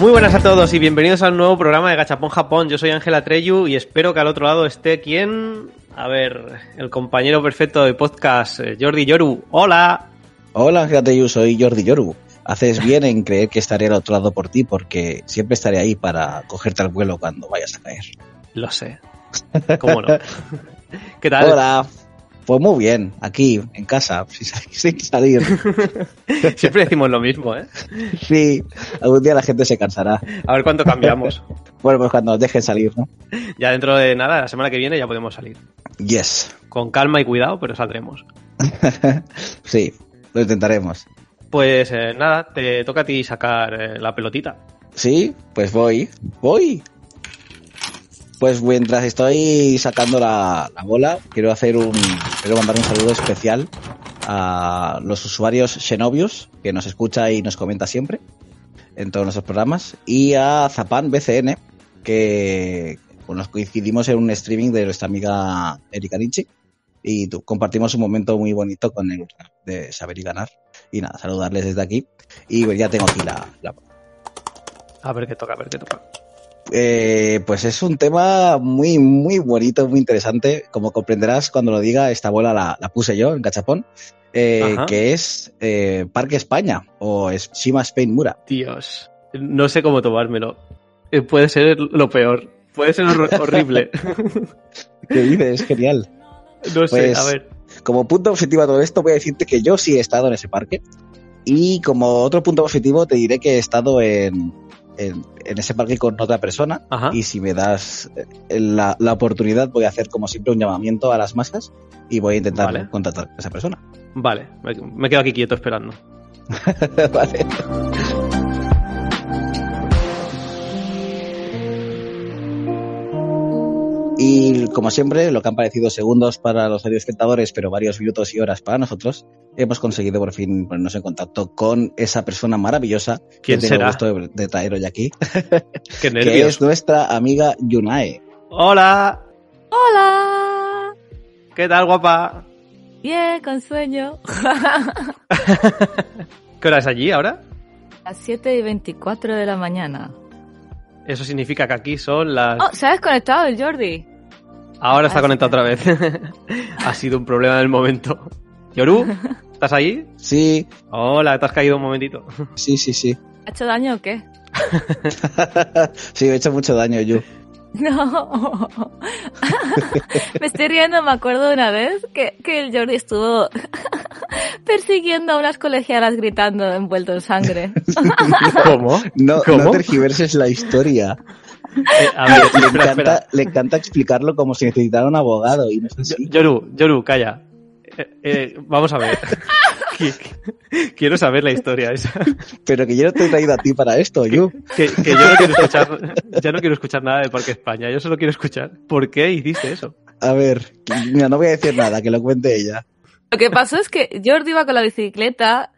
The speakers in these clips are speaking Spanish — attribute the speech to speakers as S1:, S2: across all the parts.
S1: Muy buenas a todos y bienvenidos al nuevo programa de Gachapón Japón. Yo soy Ángela Treyu y espero que al otro lado esté quien. A ver, el compañero perfecto de podcast, eh, Jordi Yoru. ¡Hola!
S2: Hola Ángela Treyu, soy Jordi Yoru. Haces bien en creer que estaré al otro lado por ti porque siempre estaré ahí para cogerte al vuelo cuando vayas a caer.
S1: Lo sé. ¿Cómo no? ¿Qué tal?
S2: Hola. Pues muy bien, aquí, en casa, sin, sin salir.
S1: Siempre decimos lo mismo, ¿eh?
S2: Sí, algún día la gente se cansará.
S1: A ver cuánto cambiamos.
S2: Bueno, pues cuando nos dejen salir, ¿no?
S1: Ya dentro de nada, la semana que viene ya podemos salir.
S2: Yes.
S1: Con calma y cuidado, pero saldremos.
S2: sí, lo intentaremos.
S1: Pues eh, nada, te toca a ti sacar eh, la pelotita.
S2: Sí, pues voy, voy. Pues mientras estoy sacando la, la, bola, quiero hacer un quiero mandar un saludo especial a los usuarios Xenobius, que nos escucha y nos comenta siempre en todos nuestros programas, y a Zapan BCN, que pues, nos coincidimos en un streaming de nuestra amiga Erika Nietzsche y compartimos un momento muy bonito con el de saber y ganar. Y nada, saludarles desde aquí. Y pues ya tengo aquí la, la...
S1: A ver qué toca, a ver qué toca.
S2: Eh, pues es un tema muy, muy bonito, muy interesante. Como comprenderás cuando lo diga, esta bola la, la puse yo en Cachapón, eh, que es eh, Parque España o Shima Spain Mura.
S1: Dios, no sé cómo tomármelo. Eh, puede ser lo peor, puede ser hor horrible.
S2: ¿Qué dices? Es genial.
S1: No sé, pues, a ver.
S2: Como punto positivo a todo esto, voy a decirte que yo sí he estado en ese parque. Y como otro punto positivo, te diré que he estado en, en, en, ese parque con otra persona
S1: Ah.
S2: Ajá. y si me das eh, la, la, oportunidad voy a hacer como siempre un llamamiento a las masas y voy a intentar vale. contactar a esa persona.
S1: Vale, me, me quedo aquí quieto esperando.
S2: vale. Y como siempre, lo que han parecido segundos para los espectadores, pero varios minutos y horas para nosotros, hemos conseguido por fin ponernos en contacto con esa persona maravillosa
S1: ¿Quién
S2: que
S1: será? tengo
S2: gusto de, de, traer hoy aquí, Qué que es nuestra amiga Yunae.
S1: Hola.
S3: Hola.
S1: ¿Qué tal, guapa?
S3: Bien, con sueño.
S1: ¿Qué hora es allí ahora?
S3: Las 7 y 24 de la mañana.
S1: Eso significa que aquí son las.
S3: Oh, se ha desconectado el Jordi.
S1: Ahora está conectado otra vez. ha sido un problema del momento. Yoru, ¿estás ahí?
S2: Sí.
S1: Hola, te has caído un momentito.
S2: Sí, sí, sí.
S3: ¿Ha hecho daño o qué?
S2: sí, me he hecho mucho daño yo.
S3: No. me estoy riendo, me acuerdo una vez que, que el Jordi estuvo persiguiendo a unas colegialas gritando envuelto en sangre.
S1: ¿Cómo?
S2: No,
S1: ¿Cómo?
S2: no tergiverses la historia.
S1: Eh, a ver,
S2: le,
S1: espera,
S2: encanta,
S1: espera.
S2: le encanta explicarlo como si necesitara un abogado. Y no es así.
S1: Yoru, Yoru, calla. Eh, eh, vamos a ver. Quiero saber la historia esa.
S2: Pero que yo no te he traído a ti para esto, yo.
S1: Que, que, que, yo no quiero escuchar, ya no quiero escuchar nada de Parque España, yo solo quiero escuchar por qué hiciste eso.
S2: A ver, mira, no voy a decir nada, que lo cuente ella.
S3: Lo que pasó es que Jordi iba con la bicicleta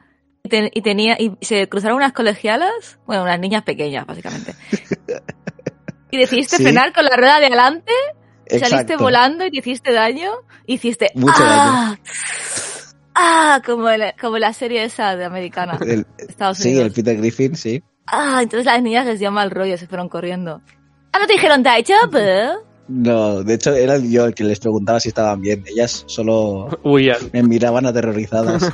S3: y, ten, y, tenía y se cruzaron unas colegialas, bueno, unas niñas pequeñas básicamente. Y decidiste ¿Sí? frenar con la rueda de adelante, Exacto. saliste volando y te hiciste daño, hiciste
S2: mucho ¡Ah! daño.
S3: Ah, como, el, como la serie esa de americana.
S2: El,
S3: Estados
S2: sí,
S3: Unidos.
S2: el Peter Griffin, sí.
S3: Ah, entonces las niñas les dio mal rollo, se fueron corriendo. Ah, ¿no te dijeron Daichop?
S2: No, de hecho era yo el que les preguntaba si estaban bien. Ellas solo
S1: Uy,
S2: me miraban aterrorizadas.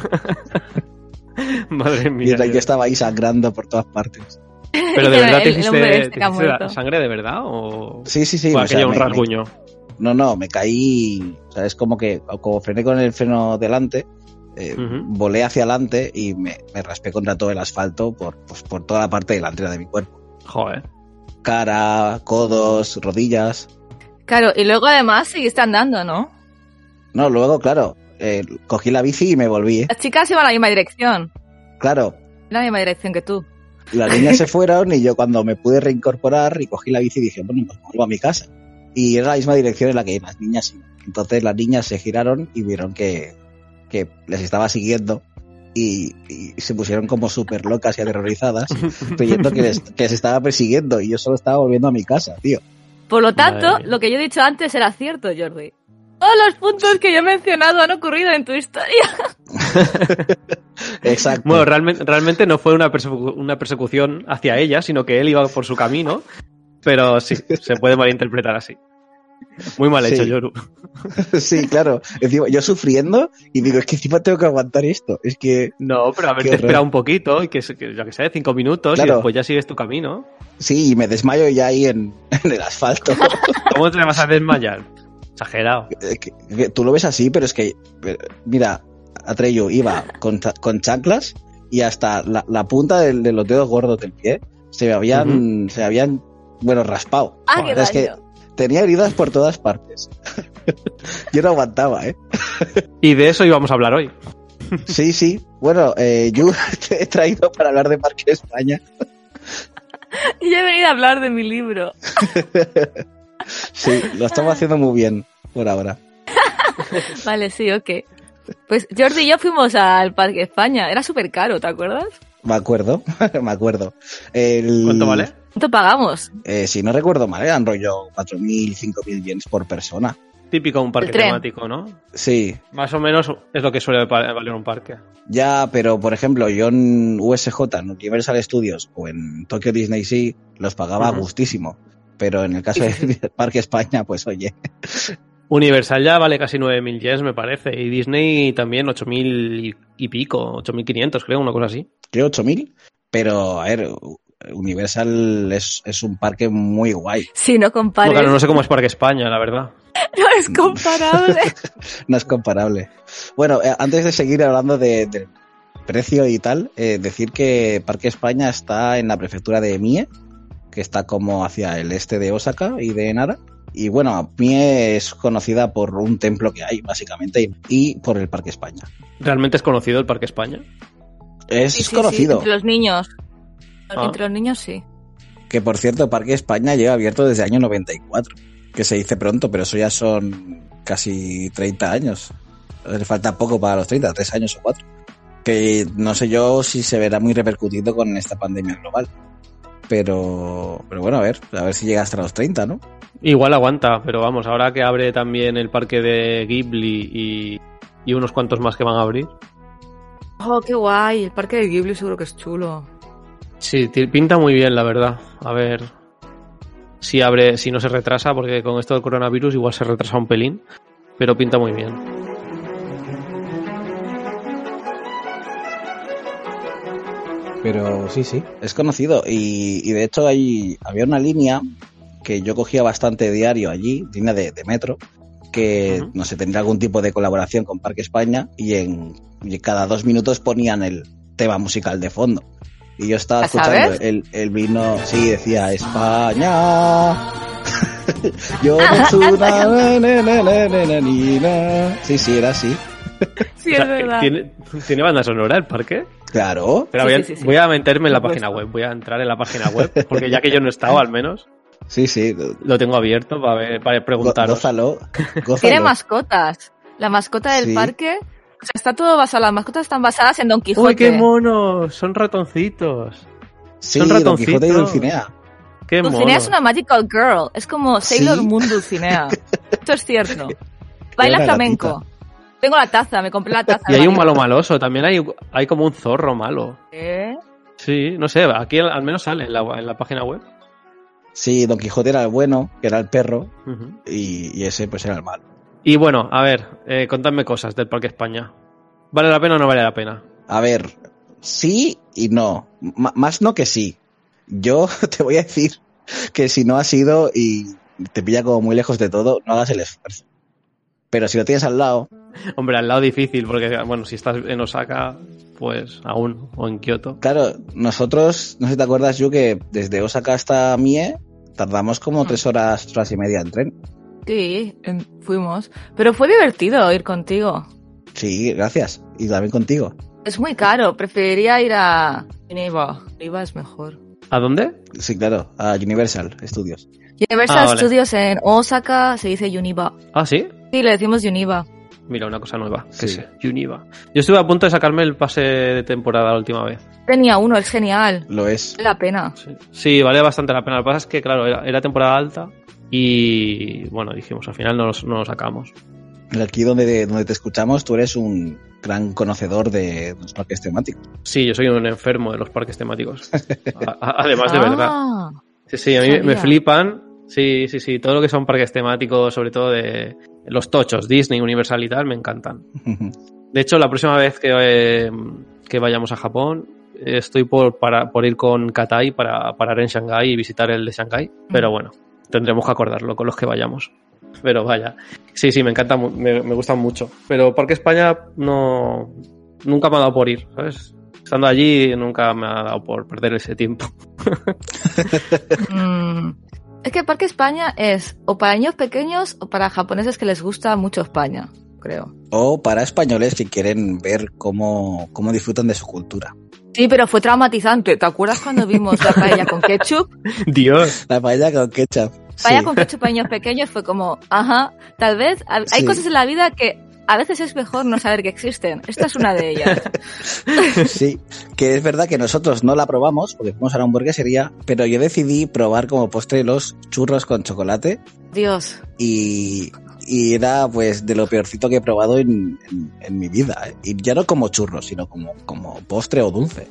S1: Madre mía.
S2: Mientras yo estaba ahí sangrando por todas partes.
S1: Pero de verdad te hiciste, te hiciste sangre de verdad o
S2: sí sí sí
S1: o aquello sea, un rasguño.
S2: No no me caí, o sea es como que como frené con el freno delante eh, uh -huh. volé hacia adelante y me, me, raspé contra todo el asfalto por, pues, por toda la parte delantera de mi cuerpo.
S1: Joder.
S2: Cara, codos, rodillas.
S3: Claro, y luego además seguiste andando, ¿no?
S2: No, luego, claro, eh, cogí la bici y me volví. ¿eh?
S3: Las chicas iban a la misma dirección.
S2: Claro,
S3: La misma dirección que tú.
S2: las niñas se fueron y yo cuando me pude reincorporar y cogí la bici dije, bueno, pues vuelvo a mi casa. Y era la misma dirección en la que iban las niñas iban. Entonces las niñas se giraron y vieron que, que les estaba siguiendo y, y se pusieron como súper locas y aterrorizadas creyendo que les, que les estaba persiguiendo y yo solo estaba volviendo a mi casa, tío.
S3: Por lo tanto,
S1: Madre mía.
S3: lo que yo he dicho antes era cierto, Jordi. Todos los puntos que yo he mencionado han ocurrido en tu historia.
S2: Exacto.
S1: Bueno, realmente, realmente no fue una, persecu- una persecución hacia ella, sino que él iba por su camino. Pero sí, se puede malinterpretar así. Muy mal hecho,
S2: Sí.
S1: Yoru.
S2: sí, claro. Encima, yo sufriendo y digo, es que encima tengo que aguantar esto. Es que
S1: No, pero haberte
S2: Qué horror.
S1: esperado un poquito y que, se- que, yo que sé, cinco minutos y
S2: Claro.
S1: después ya sigues tu camino.
S2: sí, y me desmayo ya ahí en, en el asfalto.
S1: ¿Cómo te vas a desmayar? Exagerado.
S2: Eh, que- que tú lo ves así, pero es que, eh, mira, Atreyu iba con, cha- con chanclas y hasta la, la punta del- de, los dedos gordos del pie se me habían, se me habían, bueno, raspado.
S3: Ah,
S1: Joder,
S3: qué
S2: es que-
S3: daño.
S2: Tenía heridas por todas partes. Yo no aguantaba, ¿eh?
S1: Y de eso íbamos a hablar hoy.
S2: Sí, sí. Bueno, eh, yo te he traído para hablar de Parque España.
S3: Y yo he venido a hablar de mi libro.
S2: Sí, lo estamos haciendo muy bien por ahora.
S3: Vale, sí, ok. Pues Jordi y yo fuimos al Parque España. Era súper caro, ¿te acuerdas?
S2: Me acuerdo, me acuerdo. El-
S1: ¿Cuánto vale?
S3: ¿Cuánto pagamos?
S2: Eh, si no recuerdo mal, eran rollo 4.000, 5.000 yens por persona.
S1: Típico un parque
S3: El tren.
S1: temático, ¿no?
S2: Sí,
S1: Más o menos es lo que suele pa- valer un parque.
S2: ya, pero por ejemplo, yo en USJ, en Universal Studios o en Tokyo Disney Sea, los pagaba
S1: Ujú.
S2: a gustísimo. Pero en el caso de Parque España, pues oye,
S1: Universal ya vale casi 9.000 yens, me parece. Y Disney también 8.000 y- y pico, 8.500 creo, una cosa así.
S2: creo 8.000. Pero, a ver, Universal es, es un parque muy guay.
S3: Si no
S1: No,
S3: compares,
S1: claro, no sé cómo es Parque España, la verdad.
S3: no es comparable.
S2: No es comparable. Bueno, eh, antes de seguir hablando de- del precio y tal, eh, decir que Parque España está en la prefectura de Mie, que está como hacia el este de Osaka y de Nara. Y bueno, Mie es conocida por un templo que hay, básicamente, y- y por el Parque España.
S1: ¿Realmente es conocido el Parque España?
S2: Es
S3: Sí, sí, sí,
S2: conocido,
S3: entre los niños.
S1: Ah.
S3: Entre los niños sí.
S2: que por cierto, Parque España lleva abierto desde el año 94, que se dice pronto, pero eso ya son casi 30 años. Le falta poco para los 30, 3 años o 4. Que no sé yo si se verá muy repercutido con esta pandemia global. Pero, pero bueno, a ver, a ver si llega hasta los 30, ¿no?
S1: Igual aguanta, pero vamos, ahora que abre también el parque de Ghibli y, y unos cuantos más que van a abrir.
S3: Oh, qué guay. El parque de Ghibli seguro que es chulo.
S1: Sí, ti- pinta muy bien, la verdad. A ver si abre, si no se retrasa, porque con esto del coronavirus igual se retrasa un pelín, pero pinta muy bien.
S2: Pero sí, sí. Es conocido. Y, y de hecho hay, había una línea que yo cogía bastante diario allí, línea de, de metro, que
S1: Ujú.
S2: no sé, tendría algún tipo de colaboración con Parque España y en y cada dos minutos ponían el tema musical de fondo. Y yo estaba
S3: ¿La
S2: escuchando
S3: ¿Ah, sabes?
S2: el, el vino, sí, decía España. yo soy una- na, na, na, na, na, ni, na. Sí, sí, era así.
S3: Sí,
S1: O sea, eh,
S3: es verdad.
S1: ¿tiene, tiene banda sonora el parque?
S2: Claro.
S1: Pero
S3: Sí,
S1: voy, a,
S3: sí, sí, sí.
S1: voy a meterme en la
S3: Por
S1: página web, voy a entrar en la página web, porque ya que yo no he estado al menos,
S2: Sí, sí.
S1: lo tengo abierto para, ver- para
S2: Go-
S1: preguntaros.
S2: Gózalo. gózalo.
S3: Tiene mascotas. La mascota del
S2: Sí.
S3: parque. O sea, está todo basado. Las mascotas están basadas en Don Quijote.
S1: ¡Uy, qué monos! Son ratoncitos.
S2: Sí,
S1: Son
S2: Don Quijote y
S1: ratoncitos.
S2: Dulcinea.
S1: ¡Qué
S3: Dulcinea es
S1: monos!
S3: una magical girl. Es como Sailor
S2: Sí.
S3: Moon Dulcinea. Esto es cierto. Baila
S2: Era una
S3: flamenco. Tengo la taza, me compré la taza.
S1: Y
S3: de
S1: hay un malo
S3: baile.
S1: maloso, también hay, hay como un zorro malo.
S3: ¿Eh?
S1: Sí, no sé, aquí al, al menos sale en la, en la página web.
S2: Sí, Don Quijote era el bueno, que era el perro,
S1: Ujú.
S2: y, y ese pues era el malo.
S1: Y bueno, a ver, eh, contadme cosas del Parque España. ¿Vale la pena o no vale la pena?
S2: A ver, sí y no. M- más no que sí. Yo te voy a decir que si no has ido y te pilla como muy lejos de todo, no hagas el esfuerzo. Pero si lo tienes al lado,
S1: Hombre, al lado difícil, porque bueno, si estás en Osaka, pues aún, o en Kioto.
S2: claro, nosotros, no sé si te acuerdas, yo que desde Osaka hasta Mie tardamos como
S3: Mm.
S2: tres horas, tres horas y media en tren.
S3: Sí, en- fuimos. Pero fue divertido ir contigo.
S2: Sí, gracias. Y también contigo.
S3: Es muy caro, preferiría ir a Geneva. Geneva es mejor.
S1: ¿A dónde?
S2: Sí, claro, a Universal Studios.
S3: Universal
S1: Ah, vale.
S3: Studios en Osaka se dice Univa.
S1: Ah, sí.
S3: Sí, le decimos Univa.
S1: Mira, una cosa nueva.
S2: Sí.
S1: Que sé, Univa. Yo estuve a punto de sacarme el pase de temporada la última vez.
S3: Tenía uno, es genial.
S2: Lo es.
S3: Vale la pena.
S1: Sí, sí, valía bastante la pena. Lo que pasa es que, claro, era, era temporada alta y, bueno, dijimos, al final no los- no lo sacamos.
S2: Aquí donde, donde te escuchamos, tú eres un gran conocedor de los parques temáticos.
S1: Sí, yo soy un enfermo de los parques temáticos. A- a- Además, de verdad.
S3: Ah,
S1: Sí, sí, a mí me
S3: sabía.
S1: flipan. Sí, sí, sí. Todo lo que son parques temáticos, sobre todo de los tochos, Disney, Universal y tal, me encantan. De hecho, la próxima vez que, eh, que vayamos a Japón, eh, estoy por, para, por ir con Katai para parar en Shanghái y visitar el de Shanghái. Pero bueno, tendremos que acordarlo con los que vayamos. Pero vaya. Sí, sí, me encanta, mu- me, me gustan mucho. Pero Parque España no. Nunca me ha dado por ir, ¿sabes? Estando allí nunca me ha dado por perder ese tiempo.
S3: mm. Es que Parque España es o para niños pequeños o para japoneses que les gusta mucho España, creo.
S2: O para españoles que quieren ver cómo, cómo disfrutan de su cultura.
S3: Sí, pero fue traumatizante. ¿Te acuerdas cuando vimos la paella con ketchup?
S1: Dios.
S2: La paella con ketchup.
S3: Paella
S2: Sí.
S3: con ketchup para niños pequeños fue como, ajá, tal vez a- hay
S2: Sí.
S3: cosas en la vida que a veces es mejor no saber que existen. Esta es una de ellas.
S2: Sí, que es verdad que nosotros no la probamos porque fuimos a la hamburguesería, pero yo decidí probar como postre los churros con chocolate
S3: Dios.
S2: y, y era pues de lo peorcito que he probado en, en- en mi vida. ¿eh? Y ya no como churros, sino como, como postre o dulce.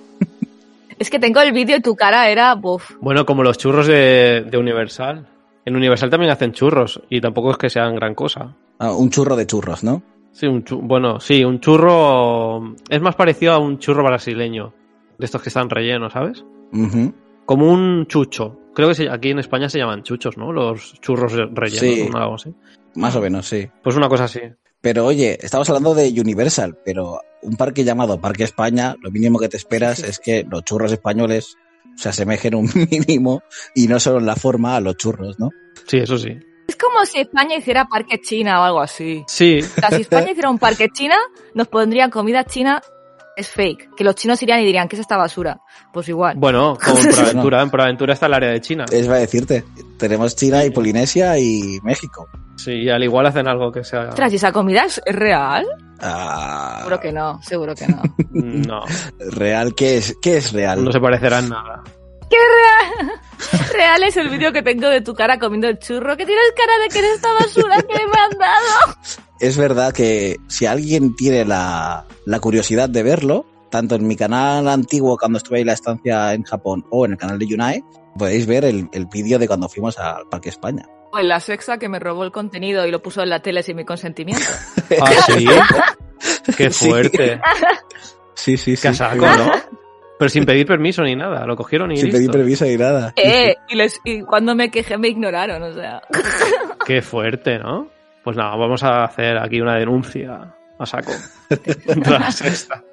S3: Es que tengo el vídeo y tu cara era, buf.
S1: Bueno, como los churros de, de Universal. En Universal también hacen churros y tampoco es que sean gran cosa.
S2: Ah, un churro de churros, ¿no?
S1: Sí, un chu- bueno, sí, un churro es más parecido a un churro brasileño, de estos que están rellenos, ¿sabes?
S2: Ujú.
S1: Como un chucho. Creo que se- aquí en España se llaman chuchos, ¿no? Los churros re- rellenos,
S2: Sí.
S1: o algo así.
S2: Más o menos, sí.
S1: Pues una cosa así.
S2: Pero oye, estamos hablando de Universal, pero un parque llamado Parque España, lo mínimo que te esperas es que los churros españoles se asemejen un mínimo y no solo en la forma a los churros, ¿no?
S1: Sí, eso sí.
S3: Es como si España hiciera parque China o algo así.
S1: Sí,
S3: O sea, si España hiciera un parque China, nos pondrían comida china, es fake. Que los chinos irían y dirían, ¿qué es esta basura? Pues igual.
S1: bueno, como en Proaventura. En Proaventura está el área de China.
S2: Es para decirte, tenemos China y Polinesia y México.
S1: Sí, y al igual hacen algo que sea...
S3: Ostras, ¿y esa comida es es real?
S2: Ah,
S3: Seguro que no, seguro que no.
S1: mm, No,
S2: real, ¿qué es, qué es real?
S1: no se parecerán nada.
S3: Real es el vídeo que tengo de tu cara comiendo el churro, que tienes cara de que eres esta basura que me han dado.
S2: Es verdad que si alguien tiene la, la curiosidad de verlo, tanto en mi canal antiguo cuando estuve ahí en la estancia en Japón o en el canal de Yunae, podéis ver el, el vídeo de cuando fuimos al Parque España.
S3: O en la sexta que me robó el contenido y lo puso en la tele sin mi consentimiento.
S1: Ah, sí. Qué
S2: Sí.
S1: fuerte.
S2: Sí, sí, sí.
S1: Casaco, ¿no? Pero sin pedir permiso ni nada, lo cogieron y
S2: Sin
S1: listo.
S2: pedir permiso ni nada.
S3: Eh, y, les, y cuando me quejé me ignoraron, o sea.
S1: Qué fuerte, ¿no? Pues nada, vamos a hacer aquí una denuncia a saco. Contra la Sexta.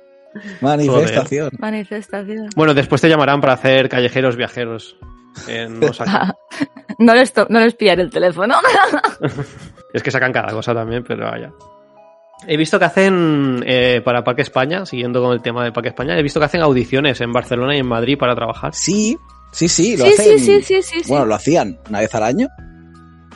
S2: Manifestación.
S3: Manifestación.
S1: Bueno, después te llamarán para hacer callejeros viajeros en Osaka.
S3: No les, to- no les pillaré el teléfono.
S1: Es que sacan cada cosa también, pero vaya. He visto que hacen eh, para Parque España, siguiendo con el tema de Parque España, he visto que hacen audiciones en Barcelona y en Madrid para trabajar.
S2: Sí, sí, sí, lo
S3: sí,
S2: hacen.
S3: sí, sí, sí, sí, sí.
S2: Bueno, lo hacían una vez al año.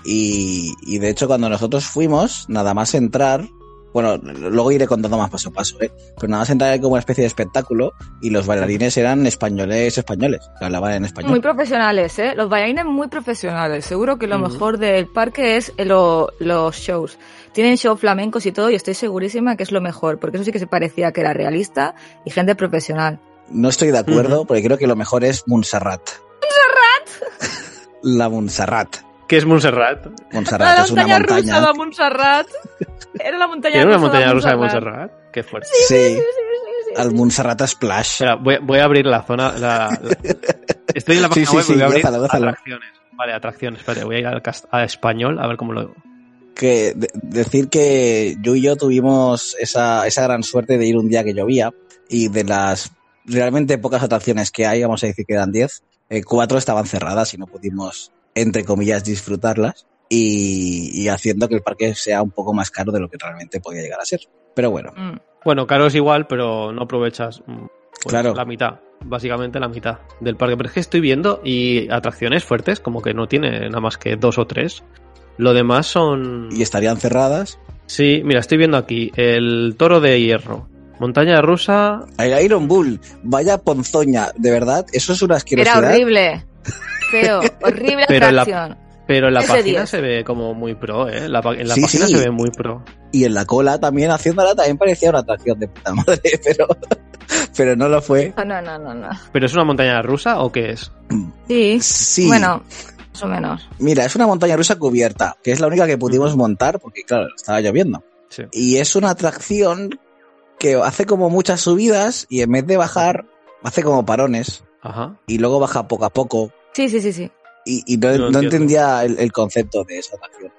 S2: Y, y de hecho, cuando nosotros fuimos, nada más entrar. Bueno, luego iré contando más paso a paso, ¿eh? Pero nada más entrar era como una especie de espectáculo y los bailarines eran españoles, españoles, que hablaban en español.
S3: Muy profesionales, ¿eh? Los bailarines muy profesionales. Seguro que lo
S1: Ujú.
S3: mejor del parque es eh, lo- los shows. Tienen show flamencos y todo y estoy segurísima que es lo mejor, porque eso sí que se parecía que era realista y gente profesional.
S2: No estoy de acuerdo porque creo que lo mejor es Montserrat. ¿Montserrat? La Montserrat.
S1: ¿Qué es Montserrat?
S2: Montserrat es una montaña.
S3: Montserrat. Era la montaña
S1: ¿Tiene una montaña rusa de Montserrat? Qué fuerte.
S2: Sí, al Montserrat Splash.
S1: Espera, voy, voy a abrir la zona. la- la- Estoy en la página
S2: Sí, sí,
S1: web,
S2: sí,
S1: voy a abrir
S2: gózalo, gózalo.
S1: atracciones. Vale, atracciones. Espérate, voy a ir al cas- a español a ver cómo lo.
S2: que de- decir que yo y yo tuvimos esa, esa gran suerte de ir un día que llovía y de las realmente pocas atracciones que hay, vamos a decir que eran 10, eh, cuatro estaban cerradas y no pudimos, entre comillas, disfrutarlas. y, y haciendo que el parque sea un poco más caro de lo que realmente podía llegar a ser. Pero bueno,
S3: Mm.
S1: Bueno, caro es igual, pero no aprovechas mm, pues,
S2: Claro.
S1: la mitad, básicamente la mitad del parque. Pero es que estoy viendo y atracciones fuertes, como que no tiene nada más que dos o tres. Lo demás son...
S2: y estarían cerradas.
S1: Sí, mira, estoy viendo aquí el toro de hierro, montaña rusa...
S2: El Iron Bull, vaya ponzoña, de verdad, eso es una
S3: Era
S2: asquerosidad.
S3: horrible. Feo. Horrible
S1: Pero la-
S3: atracción.
S1: Pero en la
S3: Ese
S1: página
S3: 10.
S1: se ve como muy pro, ¿eh? La pa- en la
S2: Sí,
S1: página
S2: sí.
S1: se ve muy pro.
S2: Y en la cola también, haciéndola, también parecía una atracción de puta madre, pero, pero no lo fue.
S3: Ah, No, no, no, no.
S1: ¿Pero es una montaña rusa o qué es?
S3: Sí.
S2: Sí.
S3: Bueno, más o menos.
S2: Mira, es una montaña rusa cubierta, que es la única que pudimos montar porque, claro, estaba lloviendo.
S1: Sí.
S2: Y es una atracción que hace como muchas subidas y en vez de bajar, hace como parones
S1: Ajá.
S2: y luego baja poco a poco.
S3: Sí, sí, sí, sí.
S2: Y, y no,
S1: No
S2: no
S1: entiendo.
S2: entendía el, el concepto de esa atracción.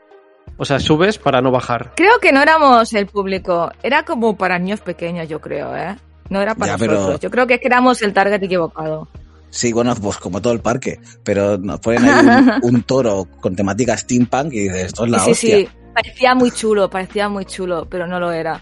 S1: O sea, subes para no bajar.
S3: Creo que no éramos el público. Era como para niños pequeños, yo creo, ¿eh? No era para
S2: Ya, pero-
S3: nosotros. Yo creo que es que éramos el target equivocado.
S2: Sí, bueno, pues como todo el parque, pero nos ponen ahí un, un toro con temática steampunk y dices, esto es la
S3: sí,
S2: hostia.
S3: sí. Parecía muy chulo, parecía muy chulo, pero no lo era.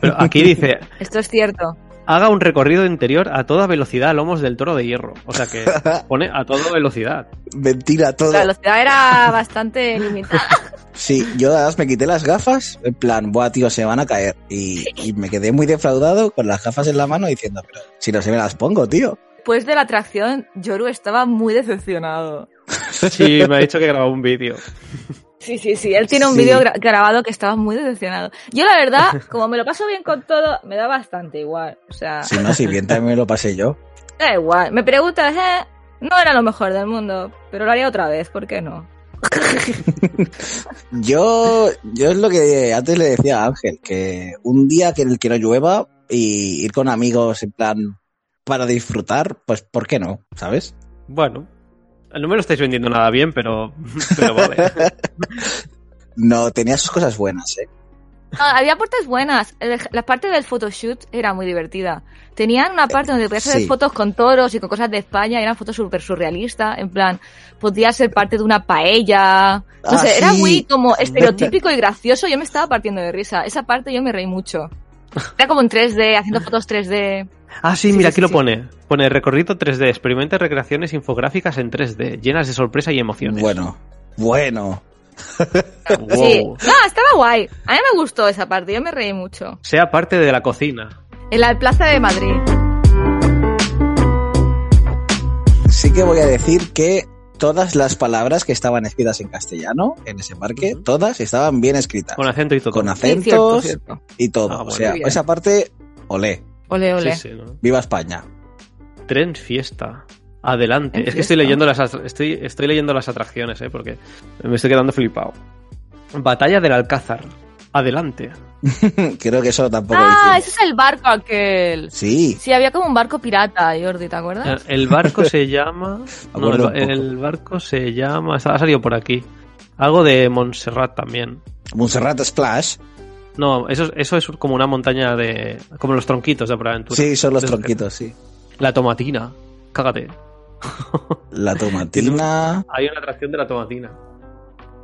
S1: Pero aquí dice,
S3: Esto es cierto.
S1: haga un recorrido interior a toda velocidad a lomos del toro de hierro. O sea que pone a toda velocidad.
S2: Mentira todo.
S3: La velocidad era bastante limitada.
S2: Sí, yo además me quité las gafas, en plan, buah, tío, se van a caer. Y, y me quedé muy defraudado con las gafas en la mano diciendo, pero si no se me las pongo, tío.
S3: Después de la atracción, Yoru estaba muy decepcionado.
S1: Sí, me ha dicho que grabó un vídeo.
S3: Sí, sí, sí. Él tiene un
S2: Sí.
S3: vídeo gra- grabado que estaba muy decepcionado. Yo, la verdad, como me lo paso bien con todo, me da bastante igual. O sea,
S2: Si no, si bien también me lo pasé yo.
S3: da igual. Me preguntas, eh, no era lo mejor del mundo, pero lo haría otra vez, ¿por qué no?
S2: Yo, yo es lo que antes le decía a Ángel, que un día que en el que no llueva y ir con amigos en plan para disfrutar, pues ¿por qué no? ¿Sabes?
S1: Bueno, no me lo estáis vendiendo nada bien, pero, pero vale.
S2: No, tenía sus cosas buenas, ¿eh?
S3: No, Ah, había partes buenas. El- La parte del photoshoot era muy divertida. Tenían una parte donde podías hacer
S2: Sí.
S3: fotos con toros y con cosas de España. y Eran fotos súper surrealistas. En plan, podías ser parte de una paella. No
S2: Ah,
S3: sé, era
S2: sí.
S3: muy como estereotípico y gracioso. Yo me estaba partiendo de risa. Esa parte yo me reí mucho. Era como en 3D, haciendo fotos 3D.
S1: Ah, sí,
S3: Sí,
S1: mira,
S3: sí,
S1: aquí lo
S3: sí.
S1: pone. Pone recorrido 3D, experimenta recreaciones infográficas en 3D, llenas de sorpresa y emociones.
S2: Bueno, bueno.
S3: Sí.
S1: Wow.
S3: No, estaba guay. A mí me gustó esa parte. Yo me reí mucho.
S1: Sea parte de la cocina.
S3: En la Plaza de Madrid.
S2: Sí que voy a decir que todas las palabras que estaban escritas en castellano en ese parque,
S1: Ujú.
S2: todas estaban bien escritas.
S1: Con acento y todo.
S2: Con
S3: Sí, cierto,
S2: acentos
S3: cierto.
S2: y todo.
S1: Ah,
S2: o
S1: bueno.
S2: sea,
S3: Muy bien.
S2: esa parte, olé.
S3: Ole, ole.
S1: Sí, sí, ¿no?
S2: Viva España.
S1: Tren fiesta. Adelante.
S3: Tren
S1: es que estoy
S3: fiesta.
S1: leyendo las atra- estoy, estoy leyendo las atracciones, eh, porque me estoy quedando flipado. Batalla del Alcázar. Adelante.
S2: Creo que eso tampoco
S3: Ah,
S2: lo hicieron.
S3: ese es el barco aquel.
S2: Sí,
S3: Sí, había como un barco pirata, Jordi, ¿te acuerdas?
S1: El- Eh, El barco se llama.
S2: Ah. Me
S1: No, el,
S2: acuerdo
S1: ba-
S2: un poco.
S1: el barco se llama. está- Ha salido por aquí. Algo de Montserrat también.
S2: Montserrat Splash.
S1: No, eso, eso es como una montaña de. Como los tronquitos de Aventura.
S2: Sí, son los
S1: Eso que-
S2: tronquitos, sí.
S1: La tomatina. Cágate.
S2: La tomatina.
S1: Hay una atracción de la tomatina.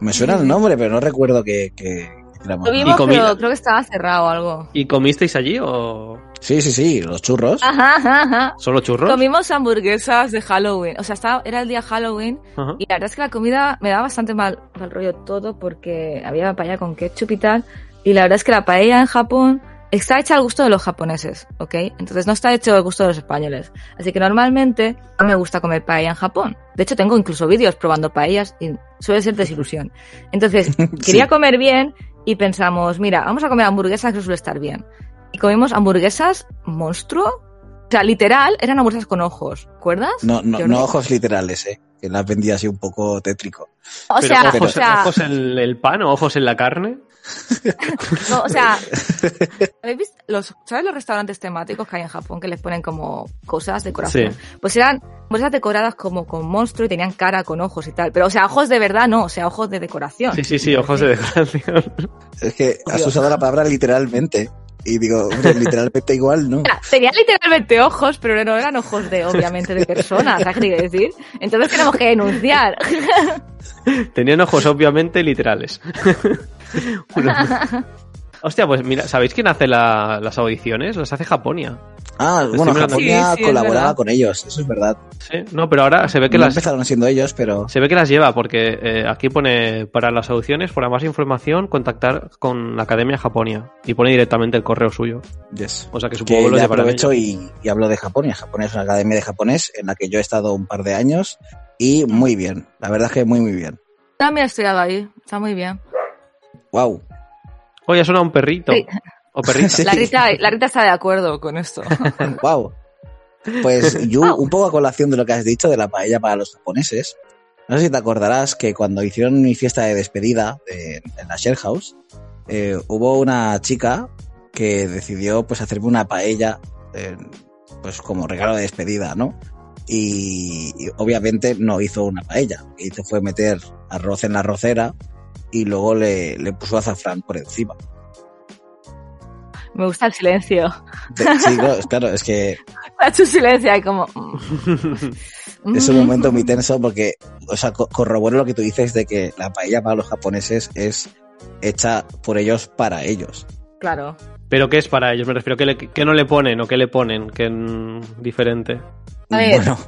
S2: Me suena el nombre, pero no recuerdo que, que
S3: Lo
S2: que-
S1: Y
S3: vimos,
S1: comida.
S3: pero creo que estaba cerrado o algo.
S1: ¿Y comisteis allí o
S2: Sí, sí, sí, los churros.
S3: Ajá, ajá, ajá.
S1: solo churros?
S3: Comimos hamburguesas de Halloween. O sea, estaba, era el día Halloween
S1: Ajá.
S3: y la verdad es que la comida me daba bastante mal, mal rollo todo porque había paella con ketchup y tal. Y la verdad es que la paella en Japón está hecha al gusto de los japoneses, ¿ok? Entonces no está hecho al gusto de los españoles. Así que normalmente no me gusta comer paella en Japón. De hecho, tengo incluso vídeos probando paellas y suele ser desilusión. Entonces, quería comer bien y pensamos, mira, vamos a comer hamburguesas que suele estar bien. Y comimos hamburguesas monstruo. O sea, literal, eran hamburguesas con ojos, ¿recuerdas?
S2: No, no,
S3: Yo
S2: no
S3: no-
S2: ojos literales, eh. Que las vendía así un poco tétrico.
S3: O
S1: Pero
S3: sea,
S1: ojos,
S3: o sea,
S1: ojos en el pan o ojos en la carne.
S3: No, o sea, ¿habéis visto los, ¿sabes los restaurantes temáticos que hay en Japón que les ponen como cosas decoración? Pues eran bolsas decoradas como con monstruo y tenían cara con ojos y tal. Pero, o sea, ojos de verdad no, o sea, ojos de decoración.
S1: Sí, sí, sí, ojos de decoración.
S2: Es que has
S3: Dios.
S2: usado la palabra literalmente. Y digo, hombre, literalmente igual, ¿no?
S3: Mira, Tenía literalmente ojos, pero no eran ojos de, obviamente, de personas, ¿sabes qué decir? Entonces tenemos que denunciar.
S1: Tenían ojos, obviamente, literales. Una- Hostia, pues mira, ¿sabéis quién hace la- las audiciones? Las hace Japonia.
S2: Ah,
S1: Estoy
S2: bueno,
S1: mirando.
S2: Japonia
S3: Sí, sí, es
S2: colaboraba
S3: verdad.
S2: con ellos, eso es verdad.
S1: Sí, No, pero ahora se ve que
S2: No
S1: las
S2: empezaron siendo ellos, pero
S1: se ve que las lleva porque eh, aquí pone para las audiciones, para más información, contactar con la Academia Japonia y pone directamente el correo suyo.
S2: yes.
S1: O sea que supongo que,
S2: que
S1: lo
S2: ya
S1: llevarán
S2: aprovecho
S1: ellos.
S2: y, y hablo de Japonia. Japonia es una academia de japonés en la que yo he estado un par de años y muy bien, la verdad es que muy, muy bien.
S3: También he estudiado ahí, está muy bien.
S2: Wow.
S1: Oye, suena un perrito.
S3: Sí.
S1: O perrita.
S2: Sí.
S3: La Rita, la Rita está de acuerdo con esto.
S2: Wow. Pues yo,
S3: Guau.
S2: un poco a colación de lo que has dicho de la paella para los japoneses, no sé si te acordarás que cuando hicieron mi fiesta de despedida eh, en la Shell House, eh, hubo una chica que decidió pues hacerme una paella eh, pues como regalo de despedida, ¿no? Y, y obviamente no hizo una paella, lo que hizo fue meter arroz en la arrocera y luego le, le puso azafrán por encima.
S3: Me gusta el silencio.
S2: De- sí, claro, es- claro, es que
S3: Ha hecho un silencio ahí como... mm, mm.
S2: Es un momento muy tenso porque, o sea, co- corroboro lo que tú dices de que la paella para los japoneses es hecha por ellos para ellos.
S3: Claro.
S1: Pero ¿qué es para ellos? Me refiero, ¿qué, le- qué no le ponen o qué le ponen? Que mm, diferente.
S3: A ver.
S2: Bueno,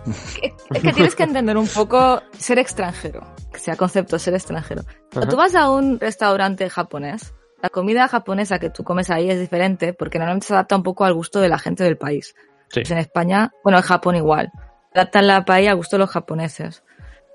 S3: Es que tienes que entender un poco ser extranjero, que sea concepto ser extranjero. Cuando tú vas a un restaurante japonés, la comida japonesa que tú comes ahí es diferente porque normalmente se adapta un poco al gusto de la gente del país.
S1: Sí.
S3: Pues en España, bueno, en Japón igual, adaptan la paella al gusto de los japoneses.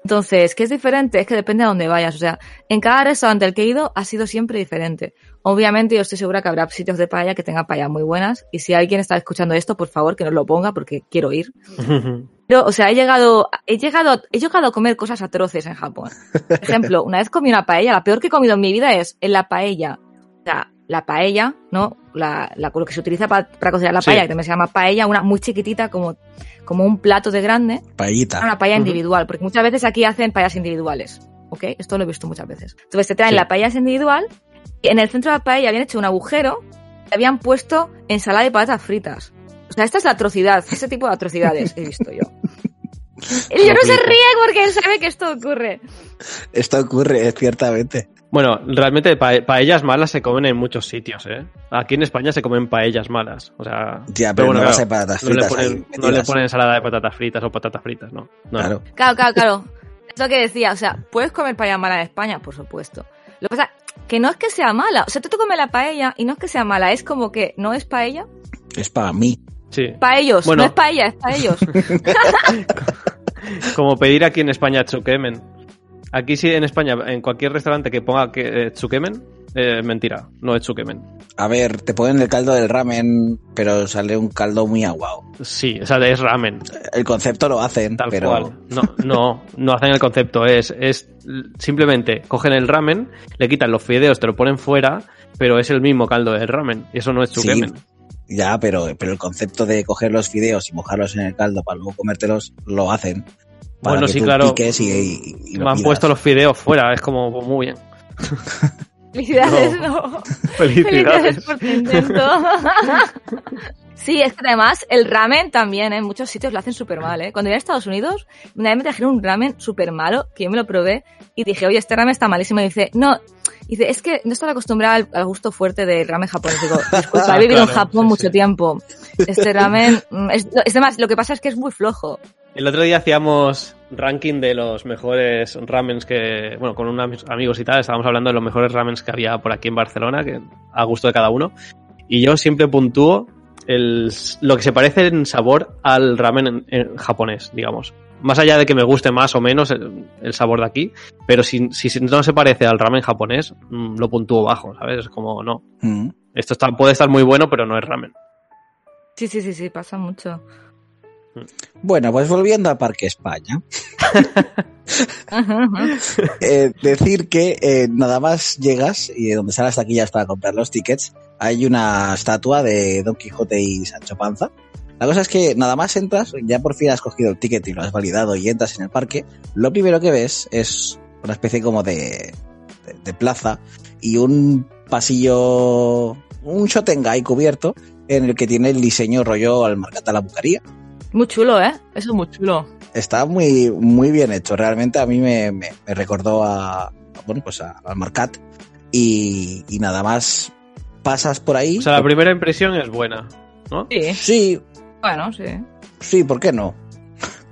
S3: Entonces, ¿qué es diferente? Es que depende a dónde vayas. O sea, en cada restaurante al que he ido ha sido siempre diferente. Obviamente, yo estoy segura que habrá sitios de paella que tengan paella muy buenas. Y si alguien está escuchando esto, por favor, que nos lo ponga porque quiero ir.
S1: Ujú.
S3: Pero, o sea, he llegado, he llegado, he llegado a comer cosas atroces en Japón. Por ejemplo, una vez comí una paella, la peor que he comido en mi vida es en la paella. O sea, la paella, ¿no? La, la- lo que se utiliza pa- para cocinar la
S1: Sí.
S3: paella, que también se llama paella, una muy chiquitita, como, como un plato de grande, era
S2: paellita.
S3: una paella
S1: Ujú.
S3: individual, porque muchas veces aquí hacen paellas individuales. ¿Ok? Esto lo he visto muchas veces. Entonces te traen
S1: Sí.
S3: la paella individual, y en el centro de la paella habían hecho un agujero, y habían puesto ensalada y patatas fritas. O sea, esta es la atrocidad, ese tipo de atrocidades he visto yo. El yo no se
S1: Completo.
S3: ríe porque él sabe que esto ocurre.
S2: Esto ocurre, eh, ciertamente.
S1: Bueno, realmente pa- paellas malas se comen en muchos sitios, ¿eh? Aquí en España se comen paellas malas. O sea,
S2: Ya, pero,
S1: bueno, claro,
S2: no vas a patatas
S1: no le,
S2: fritas ahí
S1: ponen, no le
S2: metidas.
S1: ponen ensalada de patatas fritas o patatas fritas, no. No.
S2: Claro.
S3: Claro, claro, claro. Es lo que decía, o sea, puedes comer paella mala en España, por supuesto. Lo que pasa que no es que sea mala, o sea, tú te comes la paella y no es que sea mala, es como que no es paella,
S2: Es para mí.
S1: Sí.
S3: para ellos,
S1: Bueno.
S3: no es paella, es para ellos.
S1: Como pedir aquí en España tsukemen. Aquí sí, en España, en cualquier restaurante que ponga que, eh, tsukemen, eh, mentira, no es tsukemen.
S2: A ver, te ponen el caldo del ramen, pero sale un caldo muy aguado.
S1: Sí, o sea, es ramen,
S2: El concepto lo hacen,
S1: tal
S2: pero
S1: cual. No, no, no hacen el concepto, es, es simplemente cogen el ramen, le quitan los fideos, te lo ponen fuera, pero es el mismo caldo del ramen, y eso no es
S2: Sí.
S1: tsukemen.
S2: ya, pero, pero el concepto de coger los fideos y mojarlos en el caldo para luego comértelos, lo hacen. Para
S1: Bueno,
S2: que
S1: sí,
S2: tú
S1: claro.
S2: piques y, y- y lo
S1: Me han
S2: pidas.
S1: puesto los fideos fuera, es como pues, muy bien.
S3: Felicidades,
S1: No.
S3: no.
S1: Felicidades.
S3: Felicidades por tu intento. sí, es que además el ramen también, ¿eh? en muchos sitios lo hacen súper mal. ¿eh? Cuando iba a Estados Unidos, una vez me trajeron un ramen súper malo, que yo me lo probé y dije, oye, este ramen está malísimo. Y dice, no, dice, es que no estaba acostumbrada al, al gusto fuerte del ramen japonés. Digo, disculpa, he vivido en
S1: Claro,
S3: Japón
S1: sí,
S3: mucho
S1: sí.
S3: tiempo. Este ramen, mm, es, es demás, lo que pasa es que es muy flojo.
S1: El otro día hacíamos ranking de los mejores ramens que, bueno, con unos amigos y tal, estábamos hablando de los mejores ramens que había por aquí en Barcelona, que a gusto de cada uno. Y yo siempre puntúo el, lo que se parece en sabor al ramen en- en japonés, digamos. Más allá de que me guste más o menos el, el sabor de aquí, pero si, si no se parece al ramen japonés, mm, lo puntúo bajo, ¿sabes? Es como, no,
S2: Mm.
S1: esto está- puede estar muy bueno, pero no es ramen.
S3: Sí, sí, sí, sí, pasa mucho.
S2: Bueno, pues volviendo a Parque España, eh, decir que eh, nada más llegas y de donde están las taquillas para comprar los tickets, hay una estatua de Don Quijote y Sancho Panza. La cosa es que nada más entras, ya por fin has cogido el ticket y lo has validado y entras en el parque, lo primero que ves es una especie como de, de- de plaza y un pasillo un Shotengai cubierto en el que tiene el diseño rollo al marcata la bucaría.
S3: Muy chulo, ¿eh? Eso es muy chulo.
S2: Está muy, muy bien hecho. Realmente a mí me, me- me recordó a, a, bueno, pues a- al Marcat. Y, y nada más pasas por ahí.
S1: O sea, la primera impresión es buena, ¿no?
S3: Sí,
S2: Sí,
S3: bueno, sí.
S2: sí, ¿por qué no?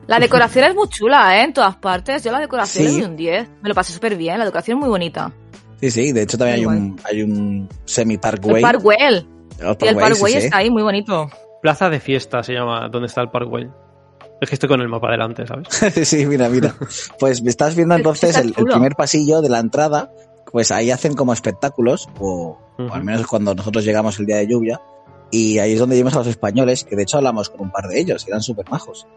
S3: La decoración es muy chula, ¿eh? En todas partes. Yo la decoración
S2: Sí.
S3: es de un 10. Me lo pasé súper bien. La decoración es muy bonita.
S2: Sí, sí, de hecho también hay
S3: Igual.
S2: un, hay un
S3: El
S2: semi-parkway.
S3: Parkwell.
S2: El
S3: Y el
S2: parkway, sí,
S3: Parkway
S2: sí.
S3: está ahí, muy bonito.
S1: Plaza de fiesta se llama, donde está el Parkway. Es que estoy con el mapa delante, ¿sabes?
S2: sí, mira, mira. Pues me estás viendo
S3: Pero
S2: entonces
S3: está
S2: el, el
S3: chulo.
S2: primer pasillo de la entrada, pues ahí hacen como espectáculos, o, o
S1: Ujú.
S2: al menos cuando nosotros llegamos el día de lluvia, y ahí es donde vimos a los españoles, que de hecho hablamos con un par de ellos, eran súper majos.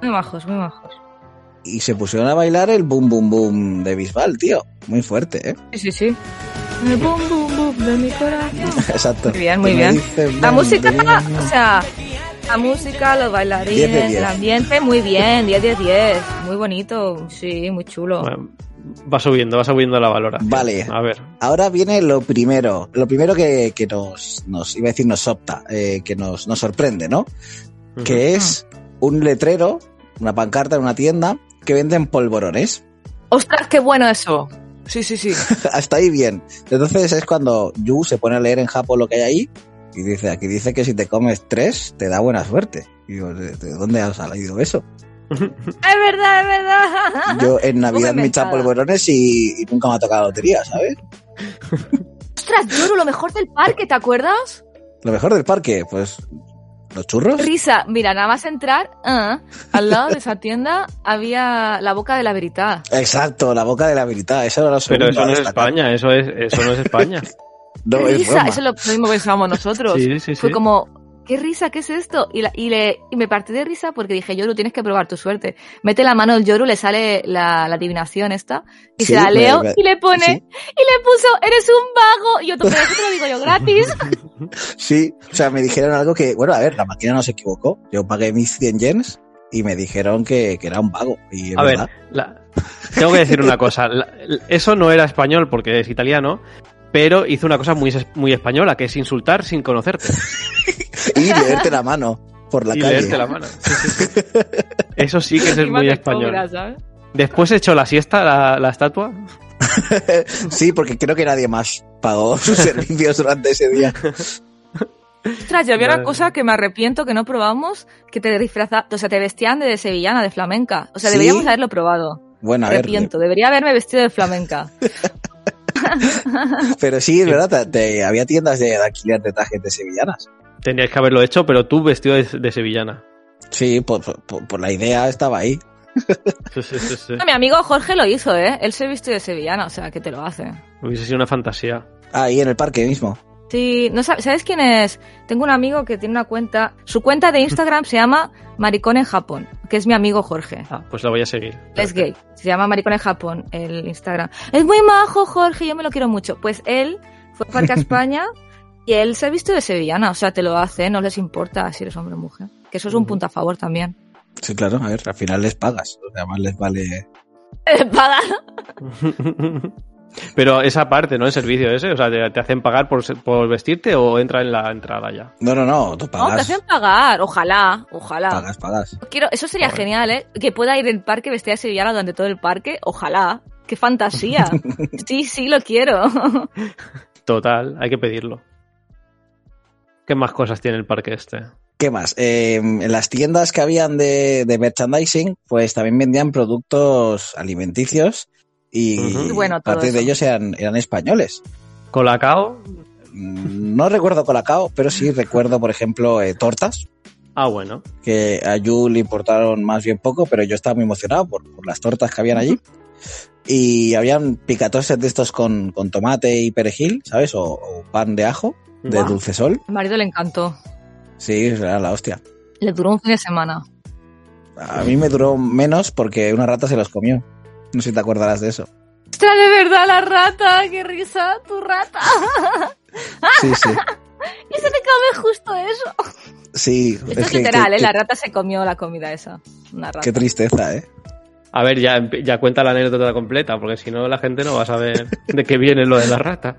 S3: Muy majos, muy majos.
S2: Y se pusieron a bailar el boom, boom, boom de Bisbal, tío. Muy fuerte, ¿eh?
S3: Sí, sí, sí. El bum, bum, bum de mi corazón.
S2: Exacto.
S3: Muy bien, muy
S2: Que me
S3: bien.
S2: dice,
S3: La
S2: "Bum,
S3: música,
S2: bum, bum".
S3: o sea, la música, los
S2: 10 de
S3: bailarines,
S2: 10.
S3: el ambiente, muy bien, 10 de 10. Muy bonito, sí, muy chulo.
S1: Bueno, va subiendo, va subiendo la valoración.
S2: Vale.
S1: A ver,
S2: Ahora viene lo primero, lo primero que, que nos, nos, iba a decir, nos opta, eh, que nos, nos sorprende, ¿no? que es un letrero, una pancarta en una tienda que venden polvorones.
S3: Ostras, qué bueno eso. Sí, sí, sí.
S2: Hasta ahí bien. Entonces es cuando Yu se pone a leer en Japón lo que hay ahí y dice, aquí dice que si te comes tres te da buena suerte. Y digo, ¿de de dónde has salido eso?
S3: es verdad, es verdad.
S2: Yo en Navidad
S3: Muy
S2: me echan
S3: inventada.
S2: polvorones y, y nunca me ha tocado la lotería, ¿sabes?
S3: Ostras, Yoru, lo mejor del parque, ¿te acuerdas?
S2: Lo mejor del parque, pues los churros.
S3: Risa, mira, nada más entrar, ah, al lado de esa tienda había la boca de la veridad.
S2: Exacto, la boca de la habilidad, eso era lo
S1: Pero
S2: segundo
S1: eso
S2: a
S1: no es
S2: destacar.
S1: España, eso es, eso no es España.
S2: No, es
S3: risa,
S2: broma.
S3: eso es lo mismo pensábamos nosotros.
S1: sí, sí, sí.
S3: Fue como, ¿qué risa? ¿Qué es esto? Y, la- y le, y me partí de risa porque dije, Yoru, tienes que probar tu suerte. Mete la mano el Yoru, le sale la, la adivinación esta, y
S2: Sí,
S3: se la
S2: me-
S3: leo,
S2: me-
S3: y le pone,
S2: sí.
S3: y le puso, eres un vago. Y yo, pero eso te lo digo yo gratis.
S2: Sí, o sea, me dijeron algo que, bueno, a ver, la máquina no se equivocó. Yo pagué mis 100 yens y me dijeron que, que era un vago. Y es
S1: A ver,
S2: verdad.
S1: la- tengo que decir una cosa. La- eso no era español porque es italiano, pero hizo una cosa muy, es- muy española, que es insultar sin conocerte
S2: Y leerte la mano por la
S1: y
S2: calle.
S1: leerte la mano. Sí, sí, sí. Eso sí que es
S3: Encima
S1: muy
S3: te
S1: español.
S3: cobra, ¿sabes?
S1: Después echó la siesta, la, la estatua.
S2: Sí, porque creo que nadie más pagó sus servicios durante ese día.
S3: Ostras, yo había una
S1: Madre
S3: cosa que me arrepiento que no probamos, que te disfraza, o sea, te vestían de sevillana, de flamenca. O sea,
S2: ¿Sí?
S3: deberíamos haberlo probado.
S2: Bueno, a ver,
S3: arrepiento, debería haberme vestido de flamenca.
S2: pero sí, es verdad, te- te- había tiendas de alquiler de trajes de sevillanas.
S1: Tendríais que haberlo hecho, pero tú vestido de, de sevillana.
S2: Sí, por, por- por- por la idea estaba ahí.
S1: Sí, sí, sí, sí.
S3: No, mi amigo Jorge lo hizo, ¿eh? Él se vistió de sevillana, o sea, que te lo hace.
S1: Hubiese sido una fantasía.
S2: Ahí en el parque mismo.
S3: Sí, no sabes, ¿sabes quién es? Tengo un amigo que tiene una cuenta, su cuenta de Instagram se llama Maricón en Japón, que es mi amigo Jorge.
S1: Ah, pues la voy a seguir.
S3: Él Es gay, se llama Maricón en Japón el Instagram. Es muy majo Jorge, yo me lo quiero mucho. Pues él fue para España y él se ha visto de sevillana, o sea, te lo hace, no les importa si eres hombre o mujer. Que eso es un
S1: Ujú.
S3: punto a favor también.
S2: Sí, claro, a ver, al final les pagas. O sea, más les vale.
S3: Paga.
S1: Pero esa parte, ¿no? El servicio ese, o sea, ¿te, te hacen pagar por, se- por vestirte o entra en la entrada ya?
S2: No, no, no, tú
S3: No, te
S2: pagas.
S3: hacen pagar, ojalá, ojalá.
S2: Pagas, pagas.
S3: Quiero, eso sería
S1: Joder.
S3: genial, ¿eh? Que pueda ir el parque vestida de sevillana durante todo el parque, ojalá. ¡Qué fantasía! sí, sí, lo quiero.
S1: Total, hay que pedirlo. ¿Qué más cosas tiene el parque este?
S2: ¿Qué más? Eh, en las tiendas que habían de, de merchandising, pues también vendían productos alimenticios y
S1: Ujú.
S3: Bueno, todo
S2: parte
S3: eso.
S2: de ellos eran, eran españoles.
S1: ¿Colacao?
S2: Mm, No recuerdo Colacao, pero sí recuerdo, por ejemplo, eh, tortas,
S1: Ah, bueno.
S2: que a Yu le importaron más bien poco, pero yo estaba muy emocionado por, por las tortas que habían allí. Y habían picatoses de estos con, con tomate y perejil, ¿sabes? O, o pan de ajo, de
S1: Guau.
S2: dulce sol.
S3: Al marido le encantó.
S2: Sí, era la hostia.
S3: Le duró un fin de semana.
S2: A mí me duró menos porque una rata se los comió. No sé si te acordarás de eso.
S3: ¡Ostras, de verdad, la rata! ¡Qué risa! ¡Tu rata!
S2: Sí, sí.
S3: ¡Y se te come justo eso!
S2: Sí,
S3: Esto es
S2: que-
S3: literal,
S2: que-
S3: ¿eh?
S2: que-
S3: La rata se comió la comida esa. Una rata.
S2: Qué tristeza, ¿eh?
S1: A ver, ya, ya cuenta la anécdota completa, porque si no la gente no va a saber de qué viene lo de la rata.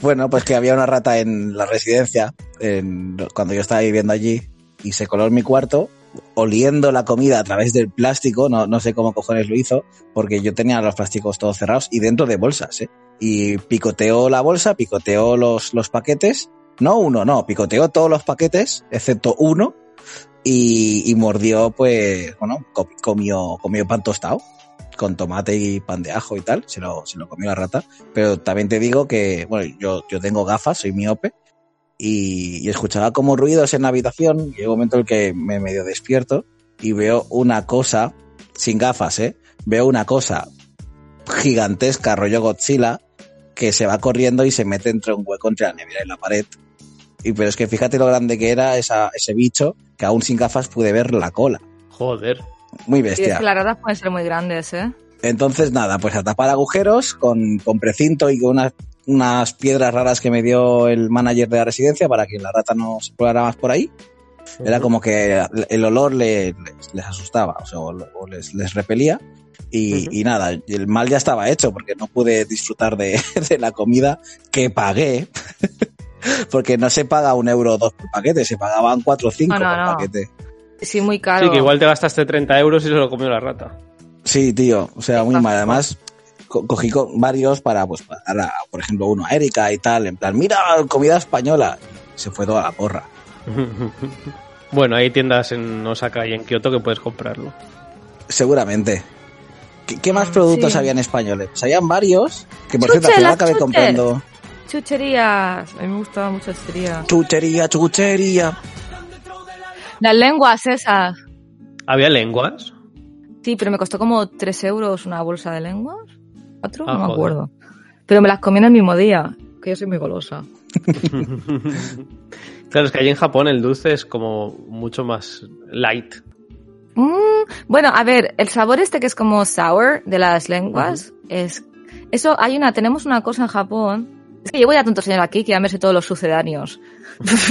S2: Bueno, pues que había una rata en la residencia en- cuando yo estaba viviendo allí y se coló en mi cuarto oliendo la comida a través del plástico, no, no sé cómo cojones lo hizo, porque yo tenía los plásticos todos cerrados y dentro de bolsas, ¿eh? Y picoteó la bolsa, picoteó los, los paquetes, no uno, no, picoteó todos los paquetes, excepto uno, y, y mordió, pues, bueno, co- comió, comió pan tostado con tomate y pan de ajo y tal, se lo, se lo comió la rata, pero también te digo que, bueno, yo, yo tengo gafas, soy miope, y, y escuchaba como ruidos en la habitación, y llega un momento en el que me medio despierto y veo una cosa, sin gafas, ¿eh? Veo una cosa gigantesca, rollo Godzilla, que se va corriendo y se mete entre un hueco entre la nevera y la pared. Y pero es que fíjate lo grande que era esa- ese bicho, que aún sin gafas pude ver la cola.
S1: Joder.
S2: Muy
S3: Y es
S2: bestia.
S3: que las ratas pueden ser muy grandes, ¿eh?
S2: Entonces, nada, pues a tapar agujeros con, con precinto y con unas, unas piedras raras que me dio el manager de la residencia para que la rata no se colara más por ahí. Era como que el olor le- les, les asustaba, o sea, o lo- o les, les repelía. Y,
S1: Ujú.
S2: y nada, y el mal ya estaba hecho porque no pude disfrutar de, de la comida que pagué. porque no se paga un euro o dos por paquete, se pagaban cuatro o cinco
S3: No, Ah, no,
S2: por
S3: no.
S2: paquete.
S3: Sí, muy caro.
S1: Sí, que igual te gastaste 30 euros y se lo comió la rata.
S2: Sí, tío, o sea, muy
S3: Exacto.
S2: mal. Además, co- cogí co- varios para, pues, para dar a, por ejemplo, uno a Erika y tal, en plan, mira, comida española. Se fue toda la porra.
S1: bueno, hay tiendas en Osaka y en Kioto que puedes comprarlo.
S2: Seguramente. ¿Qué, qué más
S3: Mm,
S2: productos
S3: sí.
S2: habían españoles? Pues habían varios, que por cierto, al
S3: Chuches,
S2: final
S3: las
S2: acabé
S3: chuches.
S2: comprando
S3: Chucherías. A mí me gustaban mucho chucherías.
S2: chuchería, chuchería.
S3: Las lenguas esas.
S1: ¿Había lenguas?
S3: Sí, pero me costó como 3 euros una bolsa de lenguas. ¿Cuatro?
S1: Ah,
S3: no me
S1: joder.
S3: acuerdo. Pero me las comí en el mismo día. Que yo soy muy golosa.
S1: claro, es que allí en Japón el dulce es como mucho más light.
S3: Mm, bueno, a ver, el sabor este que es como sour de las lenguas es... Eso, hay una, tenemos una cosa en Japón. Es que llevo ya tantos años aquí que ya me sé todos los sucedáneos.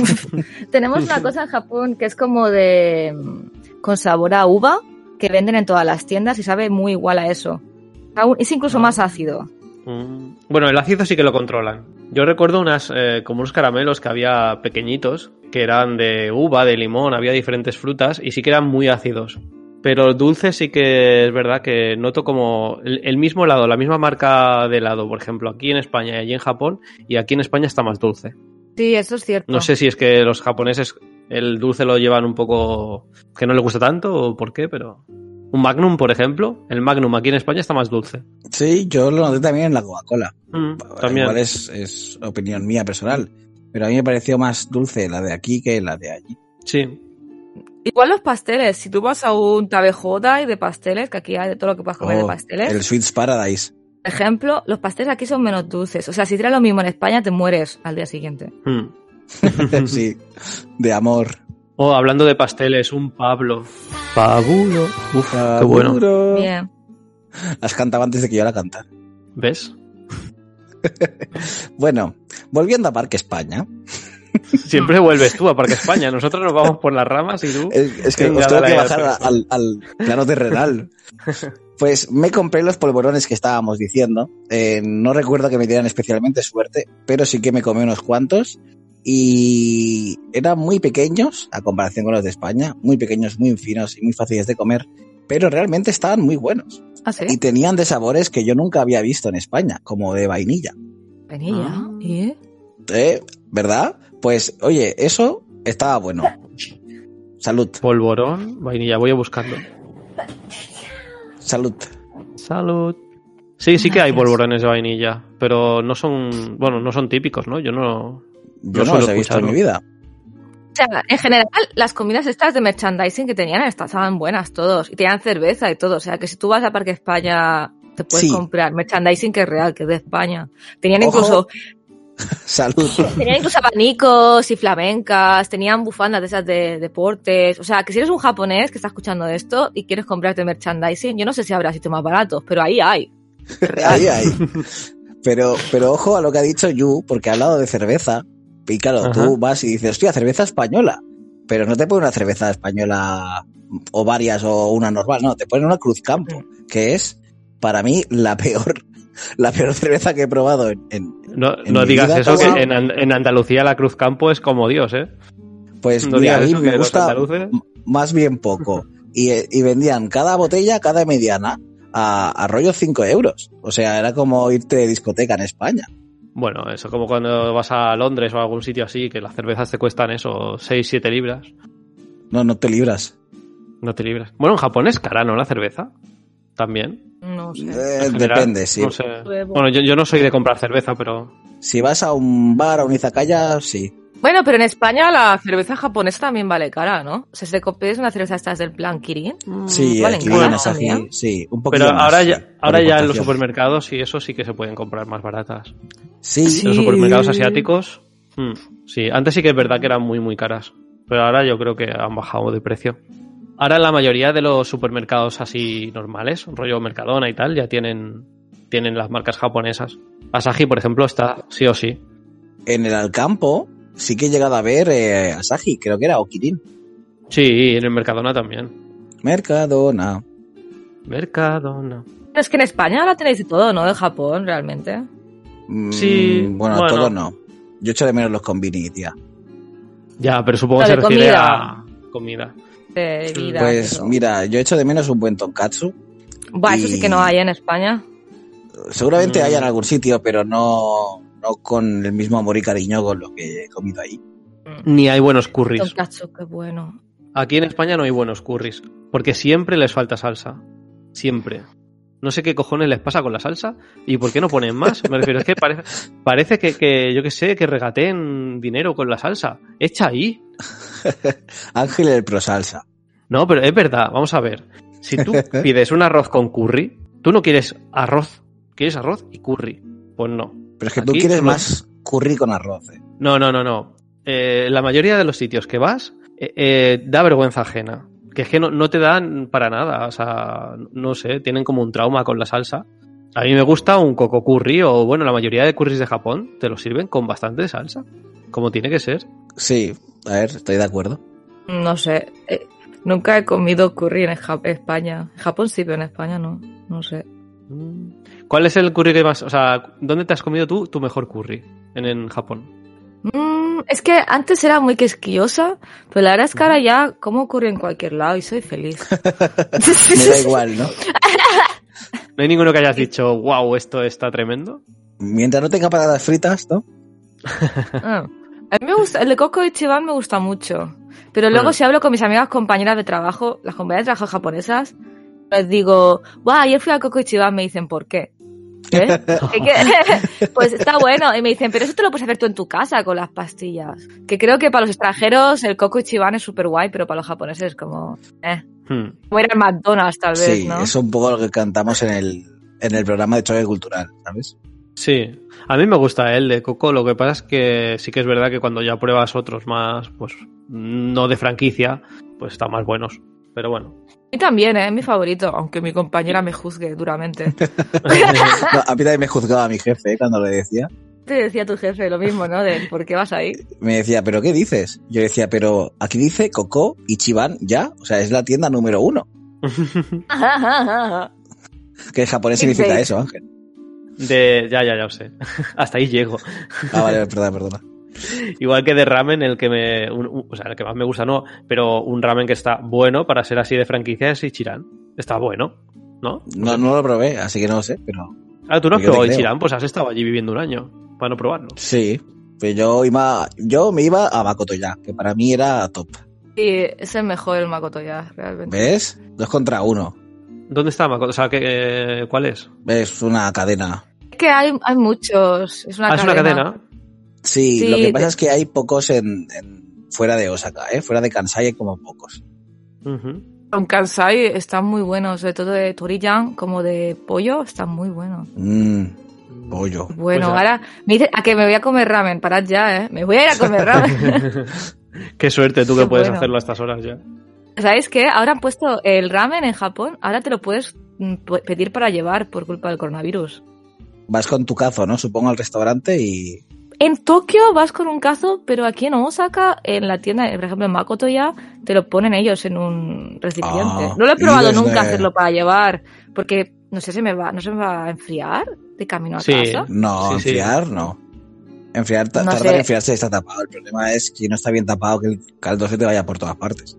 S3: tenemos una cosa en Japón que es como de... mm, con sabor a uva que venden en todas las tiendas y sabe muy igual a eso. Aún- Es incluso
S1: Ah.
S3: más ácido.
S1: Mm. Bueno, el ácido sí que lo controlan. Yo recuerdo unas, eh, como unos caramelos que había pequeñitos, que eran de uva, de limón, había diferentes frutas y sí que eran muy ácidos. Pero dulce sí que es verdad que noto como el, el mismo helado, la misma marca de helado, por ejemplo, aquí en España y allí en Japón, y aquí en España está más dulce.
S3: Sí, eso es cierto.
S1: No sé si es que los japoneses el dulce lo llevan un poco que no les gusta tanto o por qué, pero un Magnum, por ejemplo, el Magnum aquí en España está más dulce.
S2: Sí, yo lo noté también en la Coca-Cola.
S1: Mm, también.
S2: Igual es, es opinión mía personal, pero a mí me pareció más dulce la de aquí que la de allí.
S1: Sí,
S3: Igual los pasteles. Si tú vas a un tabejoda y de pasteles, que aquí hay de todo lo que puedas comer de
S2: Oh,
S3: pasteles.
S2: el Sweets Paradise.
S3: Por ejemplo, los pasteles aquí son menos dulces. O sea, si tiras lo mismo en España, te mueres al día siguiente.
S1: Mm.
S2: sí, de amor.
S1: Oh, hablando de pasteles, un Pablo. Pablo. Uf, qué bueno.
S2: Seguro.
S3: Bien.
S2: Las cantaba antes de que yo la cantara.
S1: ¿Ves?
S2: Bueno, volviendo a Parque España,
S1: Siempre vuelves tú a Parque España. Nosotros nos vamos por las ramas y tú.
S2: es, es que
S1: Venga,
S2: os tengo
S1: dale,
S2: que
S1: dale, dale.
S2: bajar al, al plano terrenal. Pues me compré los polvorones que estábamos diciendo. Eh, no recuerdo que me dieran especialmente suerte, pero sí que me comí unos cuantos. Y eran muy pequeños, a comparación con los de España. Muy pequeños, muy finos y muy fáciles de comer. Pero realmente estaban muy buenos.
S3: ¿Ah,
S2: Y
S3: sí?
S2: tenían de sabores que yo nunca había visto en España, como de vainilla.
S3: Vainilla.
S1: Ah.
S3: ¿Y?
S2: ¿Eh? ¿Verdad? Pues, oye, eso estaba bueno. Salud,
S1: Polvorón, vainilla, voy a buscarlo.
S2: salud.
S1: Salud. Sí, sí que hay
S3: Gracias.
S1: polvorones de vainilla, pero no son, bueno, no son típicos, ¿no? Yo no. No
S2: Yo no,
S1: suelo
S2: los he visto en
S1: escucharlo.
S2: mi vida.
S3: O sea, en general, las comidas estas de merchandising que tenían esta- estaban buenas todos. Y tenían cerveza y todo. O sea, que si tú vas a Parque España, te puedes
S2: Sí.
S3: comprar merchandising que es real, que es de España. Tenían
S2: Ojo.
S3: incluso
S2: Salud.
S3: Tenían incluso abanicos y flamencas, tenían bufandas de esas de deportes. O sea, que si eres un japonés que está escuchando esto y quieres comprarte merchandising, yo no sé si habrá sitios más baratos, pero ahí hay.
S2: ahí, ahí. Pero, pero ojo a lo que ha dicho Yu, porque ha hablado de cerveza. Y claro,
S1: Ajá.
S2: tú vas y dices, hostia, cerveza española. Pero no te pone una cerveza española o varias o una normal, no, te ponen una Cruz Campo, que es, para mí, la peor la peor cerveza que he probado en. en-
S1: No,
S2: en
S1: no
S2: mi
S1: digas
S2: vida,
S1: eso, que
S2: cabrón.
S1: en, An- en Andalucía la Cruz Campo es como Dios, ¿eh?
S2: Pues
S1: No
S2: mira, a
S1: digas
S2: mí
S1: eso, que
S2: me
S1: los
S2: gusta
S1: andaluces-
S2: m- más bien poco. Y, eh, y vendían cada botella, cada mediana, a, a rollo 5 euros. O sea, era como irte de discoteca en España.
S1: Bueno, eso como cuando vas a Londres o a algún sitio así, que las cervezas te cuestan eso, 6, 7 libras.
S2: No, no te libras.
S1: No te libras. Bueno, en Japón es cara, ¿no? La cerveza. También.
S3: No sé.
S2: Eh,
S1: En general. pues-
S2: depende, sí.
S1: No sé. Bueno, yo, yo no soy de comprar cerveza, pero.
S2: Si vas a un bar, a un izakaya, sí.
S3: Bueno, pero en España la cerveza japonesa también vale cara, ¿no? O sea, si te copias una cerveza estas del plan Kirin.
S1: Mm,
S2: Sí,
S3: vale
S2: aquí
S3: cara,
S2: en Asahi,
S3: también.
S2: sí, un poquito
S1: Pero
S2: más,
S1: ahora
S2: sí,
S1: ya,
S2: por
S1: ahora ya en los
S2: importación.
S1: supermercados y eso sí que se pueden comprar más baratas.
S2: Sí,
S1: En los supermercados asiáticos. mm, sí, antes sí que es verdad que eran muy, muy caras. Pero ahora yo creo que han bajado de precio. Ahora la mayoría de los supermercados así normales, rollo Mercadona y tal, ya tienen, tienen las marcas japonesas. Asahi, por ejemplo, está sí o sí.
S2: en el Alcampo sí que he llegado a ver eh, Asahi, creo que era Okirin.
S1: Sí, y en el Mercadona también.
S2: Mercadona.
S1: Mercadona.
S3: Pero es que en España la tenéis de todo, ¿no? De Japón, realmente.
S2: Mm,
S1: Sí,
S2: Bueno,
S1: bueno.
S2: todo no. Yo echo de menos los convini, tía.
S1: Ya, pero supongo
S3: La
S1: que se
S3: de
S1: refiere
S3: comida.
S1: a comida.
S3: De vida.
S2: Pues
S3: eso.
S2: mira, yo echo de menos un buen tonkatsu.
S3: Buah, eso sí que no hay en España.
S2: Seguramente
S1: Mm.
S2: haya en algún sitio, pero no, no con el mismo amor y cariño con lo que he comido ahí.
S1: Ni hay buenos curries.
S3: Tonkatsu, Mm. qué bueno.
S1: Aquí en España no hay buenos curries. Porque siempre les falta salsa. Siempre. No sé qué cojones les pasa con la salsa y por qué no ponen más. Me refiero, es que parece, parece que, que, yo qué sé, que regateen dinero con la salsa. Echa ahí.
S2: Ángel el pro salsa.
S1: No, pero es verdad, vamos a ver. Si tú pides un arroz con curry, tú no quieres arroz, quieres arroz y curry. Pues no.
S2: Pero es que tú
S1: Aquí
S2: quieres
S1: no-
S2: más curry con arroz. eh.
S1: No, no, no, no. Eh, la mayoría de los sitios que vas eh, eh, da vergüenza ajena. Que es que no, no te dan para nada. O sea, no sé, tienen como un trauma con la salsa. A mí me gusta un coco curry o, bueno, la mayoría de curries de Japón te lo sirven con bastante salsa. Como tiene que ser.
S2: Sí, a ver, estoy de acuerdo.
S3: No sé. eh, nunca he comido curry en Ja- España. En Japón sí, pero en España no. No sé.
S1: Mm. ¿Cuál es el curry que más... O sea, ¿dónde te has comido tú tu mejor curry en, en Japón?
S3: Mm, es que antes era muy quisquillosa, pero la verdad es que ahora ya como ocurre en cualquier lado y soy feliz.
S2: Me da igual, ¿no?
S1: ¿No hay ninguno que hayas dicho, wow, esto está tremendo?
S2: Mientras no tenga patatas fritas, ¿no?
S3: Ah, A mí me gusta, el de Coco Ichiban me gusta mucho. Pero luego
S1: Ah.
S3: si hablo con mis amigas compañeras de trabajo, las compañeras de trabajo japonesas, les digo, guau, ayer fui al Coco Ichiban, me dicen, ¿por qué? ¿Eh? ¿Qué- qué? pues está bueno. Y me dicen, pero eso te lo puedes hacer tú en tu casa con las pastillas. Que creo que para los extranjeros el Coco Ichiban es súper guay, pero para los japoneses es como, eh,
S1: Hmm.
S3: como ir al McDonald's tal vez,
S2: sí,
S3: ¿no?
S2: es un poco lo que cantamos en el, en el programa de choque cultural, ¿sabes?
S1: Sí, a mí me gusta el de Coco, lo que pasa es que sí que es verdad que cuando ya pruebas otros más, pues no de franquicia, pues están más buenos. Pero bueno,
S3: Y también, ¿eh? Es mi favorito, aunque mi compañera me juzgue duramente.
S2: No, a mí también me juzgaba mi jefe ¿eh? cuando le decía.
S3: Te decía tu jefe lo mismo, ¿no? De por qué vas ahí.
S2: Me decía, ¿pero qué dices? Yo decía, pero aquí dice Coco y Chiván ya. O sea, es la tienda número uno. Que en japonés significa
S3: Exacto.
S2: eso, Ángel.
S1: de ya, ya, ya lo sé. Hasta ahí llego.
S2: Ah, vale, perdona, perdona.
S1: Igual que de ramen, el que me, un- un- o sea, el que más me gusta no, pero un ramen que está bueno para ser así de franquicia es Ichiran. Está bueno, ¿no?
S2: No, no lo probé, así que no lo sé, pero
S1: Ah, tú no has
S2: Yo te
S1: probado
S2: creo.
S1: Ichiran, pues has estado allí viviendo un año para no probarlo.
S2: sí. Pero yo, iba, yo me iba a Makoto ya, que para mí era top.
S3: Sí, es el mejor el Makoto ya, realmente.
S2: ¿Ves? Dos contra uno.
S1: ¿Dónde está Makoto? O sea, ¿qué, eh, ¿cuál es?
S2: Es una cadena.
S3: Es que hay, hay muchos. Es una
S1: ah, es
S3: cadena.
S1: una cadena.
S2: Sí,
S3: Sí,
S2: lo que
S3: te-
S2: pasa es que hay pocos en, en- fuera de Osaka, ¿eh? Fuera de Kansai hay como pocos.
S1: Ujú.
S3: En Kansai están muy buenos, sobre todo de Toriyan, como de pollo, están muy buenos.
S2: Mmm, pollo.
S3: Bueno,
S1: Pues ya.
S3: ahora me dice a que me voy a comer ramen, parad ya, ¿eh? Me voy a ir a comer ramen.
S1: Qué suerte tú que
S3: Qué
S1: puedes
S3: bueno.
S1: hacerlo a estas horas ya.
S3: ¿Sabéis qué? Ahora han puesto el ramen en Japón, ahora te lo puedes mm, pu- pedir para llevar por culpa del coronavirus.
S2: Vas con tu cazo, ¿no? Supongo al restaurante y...
S3: En Tokio vas con un cazo, pero aquí en Osaka, en la tienda, por ejemplo en Makoto ya, te lo ponen ellos en un recipiente.
S2: Ah,
S3: no lo he
S2: y
S3: probado
S2: desde-
S3: nunca hacerlo para llevar, porque No sé, se me va, no se me va a enfriar de camino a
S1: Sí.
S3: casa.
S2: No,
S1: Sí, sí.
S2: enfriar no. Enfriar ta-
S3: No
S2: tarda
S3: sé.
S2: en enfriarse, está tapado. El problema es que no está bien tapado, que el caldo se te vaya por todas partes.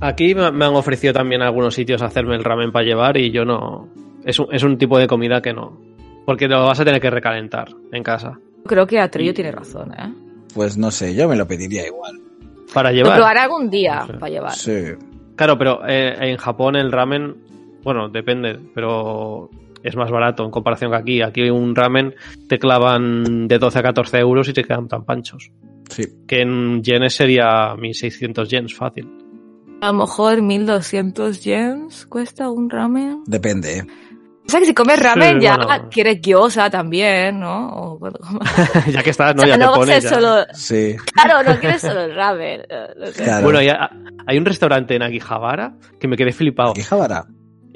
S1: Aquí me me han ofrecido también algunos sitios hacerme el ramen para llevar y yo no. Es un, es un tipo de comida que no. Porque lo vas a tener que recalentar en casa.
S3: Creo que Atreyo tiene razón, ¿eh?
S2: Pues no sé, yo me lo pediría igual.
S1: Para
S3: Lo
S1: llevar.
S3: probaré algún día
S1: No sé.
S3: para llevar.
S2: Sí.
S1: Claro, pero eh, en Japón el ramen, bueno, depende, pero es más barato en comparación que aquí. Aquí un ramen te clavan de 12 a 14 euros y te quedan tan panchos.
S2: Sí.
S1: Que en yenes sería 1600 yens fácil.
S3: A lo mejor 1200 yens cuesta un ramen.
S2: Depende, ¿eh?
S3: O sea que si comes ramen
S1: Sí,
S3: ya
S1: bueno.
S3: quieres gyoza también, ¿no? O, bueno, como-
S1: ya que estás, no,
S3: o sea,
S1: ya te
S3: no va a
S1: pones.
S3: ser
S1: ya.
S3: solo...
S2: Sí.
S3: Claro, no quieres solo el ramen. eh, lo que-
S2: Claro.
S1: Bueno, hay, hay un restaurante en Akihabara que me quedé flipado.
S2: ¿Qué jabara?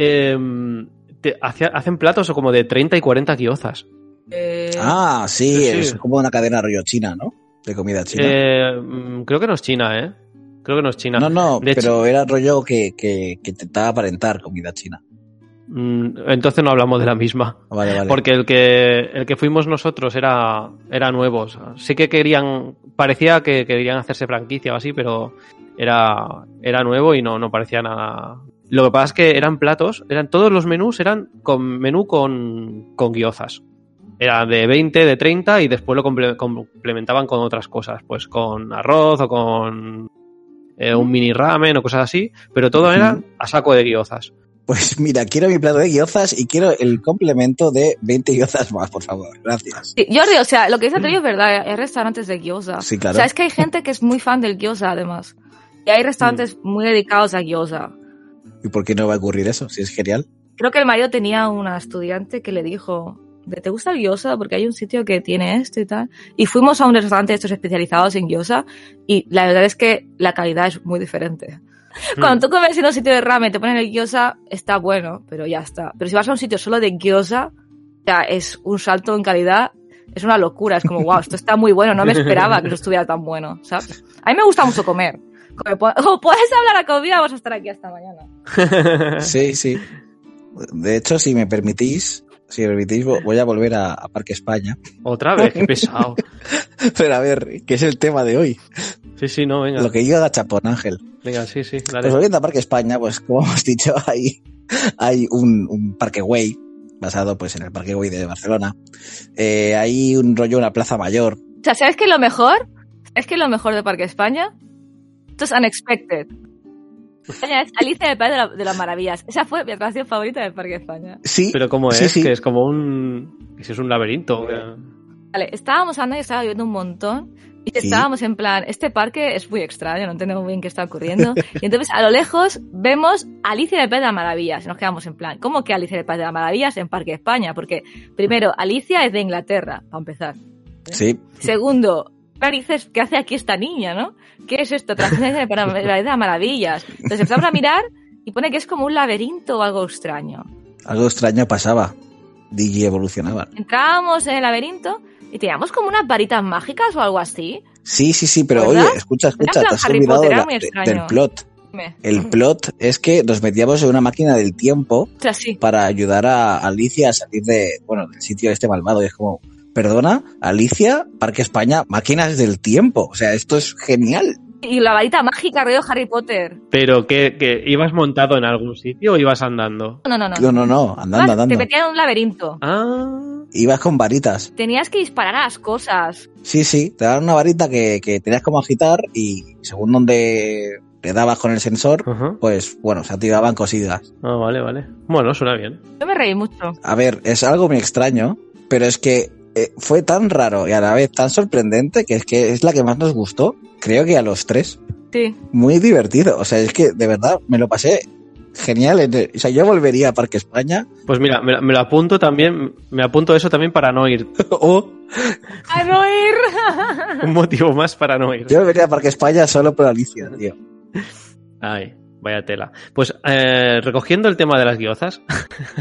S1: Em, te- hacia- hacen platos como de 30 y 40 guiozas.
S3: eh,
S2: Ah, sí,
S1: Sí, sí. Eh,
S2: es como una cadena rollo china, ¿no? De comida china.
S1: Em, creo que no es China, ¿eh? Creo que no es China.
S2: no, no,
S1: de
S2: pero era rollo que, que, que intentaba aparentar comida china.
S1: Mm, Entonces no hablamos de la misma.
S2: Ah, Vale, vale.
S1: Porque el que, el que fuimos nosotros era, era nuevo. o sea, Sí que querían, parecía que querían hacerse franquicia o así, pero era, era nuevo y no, no parecía nada. Lo que pasa es que eran platos, eran todos los menús eran con menú con, con guiozas. Era de 20, de 30 y después lo comple- complementaban con otras cosas, pues con arroz o con eh, un mini ramen o cosas así, pero todo era
S2: Ujú.
S1: a saco de guiozas.
S2: Pues mira, quiero mi plato de guiozas y quiero el complemento de 20 guiozas más, por favor. Gracias.
S3: Sí, Jordi, o sea, lo que dice Atreyo es verdad, hay restaurantes de gyoza.
S2: Mm. Sí, claro.
S3: O sea, es que hay gente que es muy fan del gyoza, además. Y hay
S2: Mm.
S3: restaurantes muy dedicados a gyoza.
S2: ¿Y por qué no va a ocurrir eso? Si es genial.
S3: Creo que el marido tenía una estudiante que le dijo, de, ¿te gusta el gyoza? Porque hay un sitio que tiene esto y tal. Y fuimos a un restaurante de estos especializados en gyoza y la verdad es que la calidad es muy diferente.
S1: Hmm.
S3: Cuando tú comes en un sitio de ramen, te ponen el gyoza, está bueno, pero ya está. Pero si vas a un sitio solo de gyoza, ya es un salto en calidad, es una locura. Es como, wow, esto está muy bueno, no me esperaba que esto estuviera tan bueno, ¿sabes? A mí me gusta mucho comer. Como po- como puedes hablar a comida, vamos a estar aquí hasta mañana.
S1: Eh.
S2: Sí, sí. De hecho, si me permitís, si me permitís, vo- voy a volver a, a Parque España.
S1: Otra vez, qué pesado.
S2: Pero a ver, ¿qué es el tema de hoy?
S1: Sí, sí, no, venga.
S2: Lo que yo da chapón, Ángel.
S1: Venga, sí, sí, dale.
S2: Pues volviendo a Parque España, pues como hemos dicho, hay, hay un, un parque güey, basado pues en el parque güey de Barcelona. Eh, hay un rollo, una plaza mayor.
S3: O sea, ¿sabes qué es lo mejor? ¿Sabes qué es lo mejor de Parque España? Esto es unexpected. España es Alicia en el País de, la- de las Maravillas. Esa fue mi atracción favorita de Parque España.
S2: Sí,
S1: Pero cómo es,
S2: sí, sí.
S1: que es como un... que si es un laberinto. que-
S3: Vale, estábamos andando y estaba lloviendo un montón. Y
S2: Sí.
S3: estábamos en plan, este parque es muy extraño, no entendemos bien qué está ocurriendo. Y entonces a lo lejos vemos Alicia en el País de las Maravillas. Y nos quedamos en plan, ¿cómo que Alicia en el País de las Maravillas en Parque España? Porque, primero, Alicia es de Inglaterra, para empezar.
S2: sí.
S3: Segundo, narices, ¿qué hace aquí esta niña, no? ¿Qué es esto? Transmisión para la idea de maravillas. Entonces empezamos a mirar y pone que es como un laberinto o algo extraño.
S2: Algo extraño pasaba. Digi evolucionaba.
S3: Entrábamos en el laberinto y teníamos como unas varitas mágicas o algo así.
S2: Sí, sí, sí, pero
S3: ¿Verdad?
S2: oye, escucha, escucha,
S3: plan
S2: te has
S3: Harry
S2: olvidado
S3: Potter,
S2: de la-
S3: era muy
S2: de-
S3: extraño. Mm.
S2: del plot.
S3: Me-
S2: El plot es que nos metíamos en una máquina del tiempo
S3: O sea, sí.
S2: para ayudar a Alicia a salir de, bueno, del sitio este malvado. Y es como, perdona, Alicia, Parque España, máquinas del tiempo. O sea, esto es genial.
S3: Y la varita mágica, rollo Harry Potter.
S1: Pero que, que ibas montado en algún sitio o ibas andando.
S3: No, no, no.
S2: No, no, no, andando,
S3: Además, Te
S2: andando.
S3: metían en un laberinto.
S1: Ah,
S2: Ibas con varitas.
S3: Tenías que disparar a las cosas.
S2: Sí, sí, te daban una varita que, que tenías como agitar y según donde le dabas con el sensor,
S1: ajá.
S2: pues bueno, se activaban cositas.
S1: Ah, vale, vale. Bueno, suena bien.
S3: Yo me reí mucho.
S2: A ver, es algo muy extraño, pero es que eh, fue tan raro y a la vez tan sorprendente que es que es la que más nos gustó. Creo que a los tres.
S3: Sí.
S2: Muy divertido. O sea, es que de verdad me lo pasé genial. en el- O sea, yo volvería a Parque España
S1: Pues mira, me, la- me lo apunto también, me apunto eso también para no ir.
S2: o
S3: ¡A no ir!
S1: Un motivo más para no ir.
S2: yo volvería a Parque España solo por Alicia, tío.
S1: Ay, vaya tela. Pues eh, recogiendo el tema de las guiozas,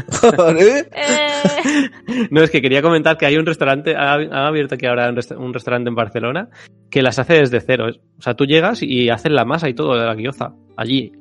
S2: ¿Eh?
S3: Eh,
S1: No, es que quería comentar que hay un restaurante, ha- han abierto aquí ahora un, resta- un restaurante en Barcelona que las hace desde cero. O sea, tú llegas y hacen la masa y todo de la guioza allí.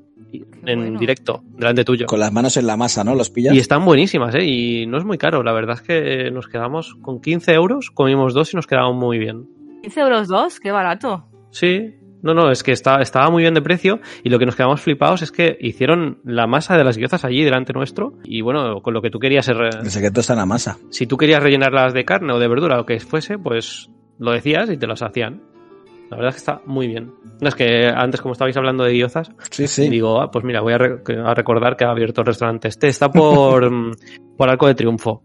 S1: en
S3: bueno.
S1: directo, delante tuyo.
S2: Con las manos en la masa, ¿no? Los pillas.
S1: Y están buenísimas, ¿eh? Y no es muy caro. La verdad es que eh, nos quedamos con 15 euros, comimos dos y nos quedamos muy bien.
S3: 15 euros dos, qué barato.
S1: Sí, no, no, es que está, estaba muy bien de precio y lo que nos quedamos flipados es que hicieron la masa de las guiozas allí delante nuestro y bueno, con lo que tú querías, eh,
S2: El
S1: re-
S2: secreto está en la masa.
S1: si tú querías rellenarlas de carne o de verdura o que fuese, pues lo decías y te las hacían. La verdad es que está muy bien. No, es que antes como estabais hablando de guiozas,
S2: Sí, sí.
S1: digo, ah, pues mira, voy a, re- a recordar que ha abierto el restaurante este, está por, mm, por Arco de Triunfo,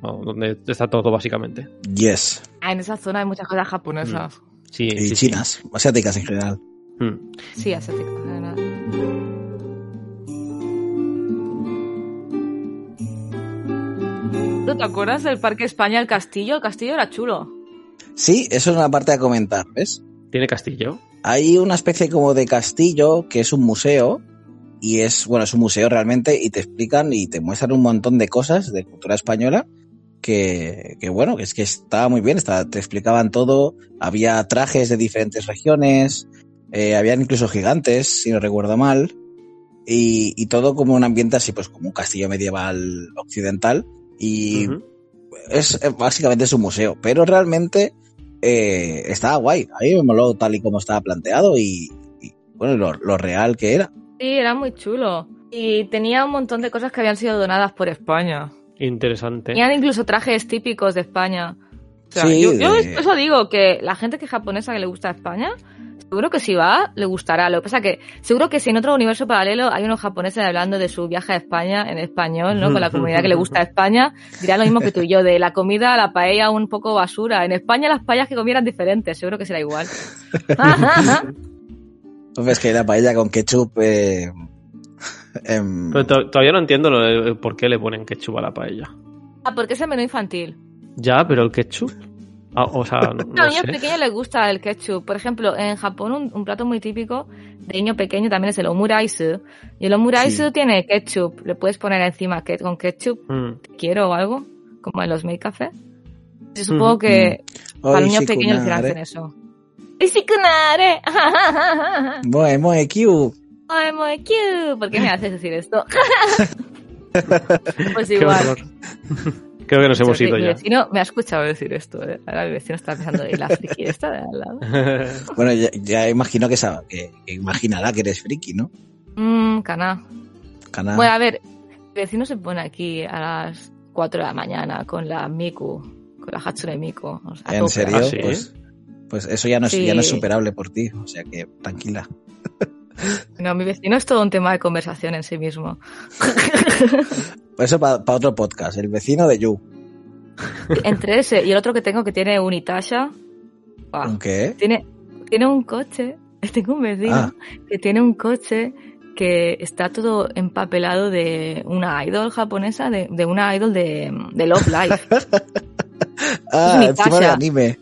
S1: o donde está todo básicamente.
S2: Yes.
S3: Ah, en esa zona hay muchas cosas japonesas.
S1: Sí,
S2: Y
S1: sí, sí.
S2: chinas, asiáticas en general.
S1: Mm.
S3: Sí, asiáticas. en general. ¿Tú te acuerdas del Parque España, el castillo? El castillo era chulo.
S2: Sí, eso es una parte a comentar, ¿ves?
S1: Tiene castillo.
S2: Hay una especie como de castillo que es un museo y es, bueno, es un museo realmente y te explican y te muestran un montón de cosas de cultura española que, que bueno, que es que estaba muy bien, estaba- te explicaban todo, había trajes de diferentes regiones, eh, habían incluso gigantes, si no recuerdo mal, y, y todo como un ambiente así, pues como un castillo medieval occidental y
S1: Ujú.
S2: es eh, básicamente es un museo, pero realmente eh, estaba guay. A mí me moló tal y como estaba planteado y, y, bueno, lo, lo real que era.
S3: Sí, era muy chulo. Y tenía un montón de cosas que habían sido donadas por España.
S1: Interesante.
S3: Tenían incluso trajes típicos de España. O sea,
S2: Sí,
S3: yo, yo
S2: de-
S3: eso digo, que la gente que es japonesa que le gusta España, seguro que si va, le gustará. Lo que pasa que seguro que si en otro universo paralelo hay unos japoneses hablando de su viaje a España en español, ¿no? Con la comunidad que le gusta España, dirá lo mismo que tú y yo, de la comida, la paella, un poco basura. En España las paellas que comieran diferentes, seguro que será igual. Ah,
S2: Entonces que la paella con ketchup... eh, em,
S1: Pero to- todavía no entiendo lo de- eh, por qué le ponen ketchup a la paella.
S3: ah, porque es el menú infantil.
S1: Ya, pero el ketchup. Ah, o sea, no,
S3: A
S1: no
S3: niños
S1: sé.
S3: pequeños les gusta el ketchup. Por ejemplo, en Japón un, un plato muy típico de niño pequeño también es el omuraisu. Y el omuraisu
S2: Sí.
S3: tiene ketchup. Le puedes poner encima que, con ketchup,
S1: Mm.
S3: quiero o algo, como en los make café. Yo supongo
S1: Mm,
S3: que
S2: hoy
S3: para los niños
S2: sí,
S3: pequeños les
S2: kunare.
S3: hacen eso. ¡Isikunare! ¿eh?
S2: Moe, eh, moe, kiu.
S3: ¡Ay, muy cute! ¿Por qué me haces decir esto? pues
S1: Qué
S3: igual.
S1: horror. Creo que nos hemos
S3: Mi
S1: ido ya.
S3: vecino me ha escuchado decir esto. ¿eh? Ahora mi vecino está pensando, ¿y la friki esta de al lado?
S2: Bueno, ya, ya imagino que, sa- que, que imaginará que eres friki, ¿no?
S3: Mmm, caná.
S2: Cana-
S3: Bueno, a ver, el vecino se pone aquí a las 4 de la mañana con la Miku, con la Hatsune Miku. o sea, a
S2: ¿En
S3: tope.
S2: serio?
S1: ¿Ah, sí?
S2: pues, pues eso ya no, es,
S3: Sí.
S2: ya no es superable por ti, o sea que tranquila.
S3: No, mi vecino es todo un tema de conversación en sí mismo.
S2: Pues eso para otro podcast, el vecino de Yu.
S3: Entre ese y el otro que tengo que tiene un Itasha, ¡buah!
S2: Aunque... eh,
S3: tiene, tiene un coche, tengo un vecino
S2: Ah.
S3: que tiene un coche que está todo empapelado de una idol japonesa, de, de una idol de, de Love Live.
S2: Ah,
S3: mi
S2: encima de
S3: Tasha.
S2: anime.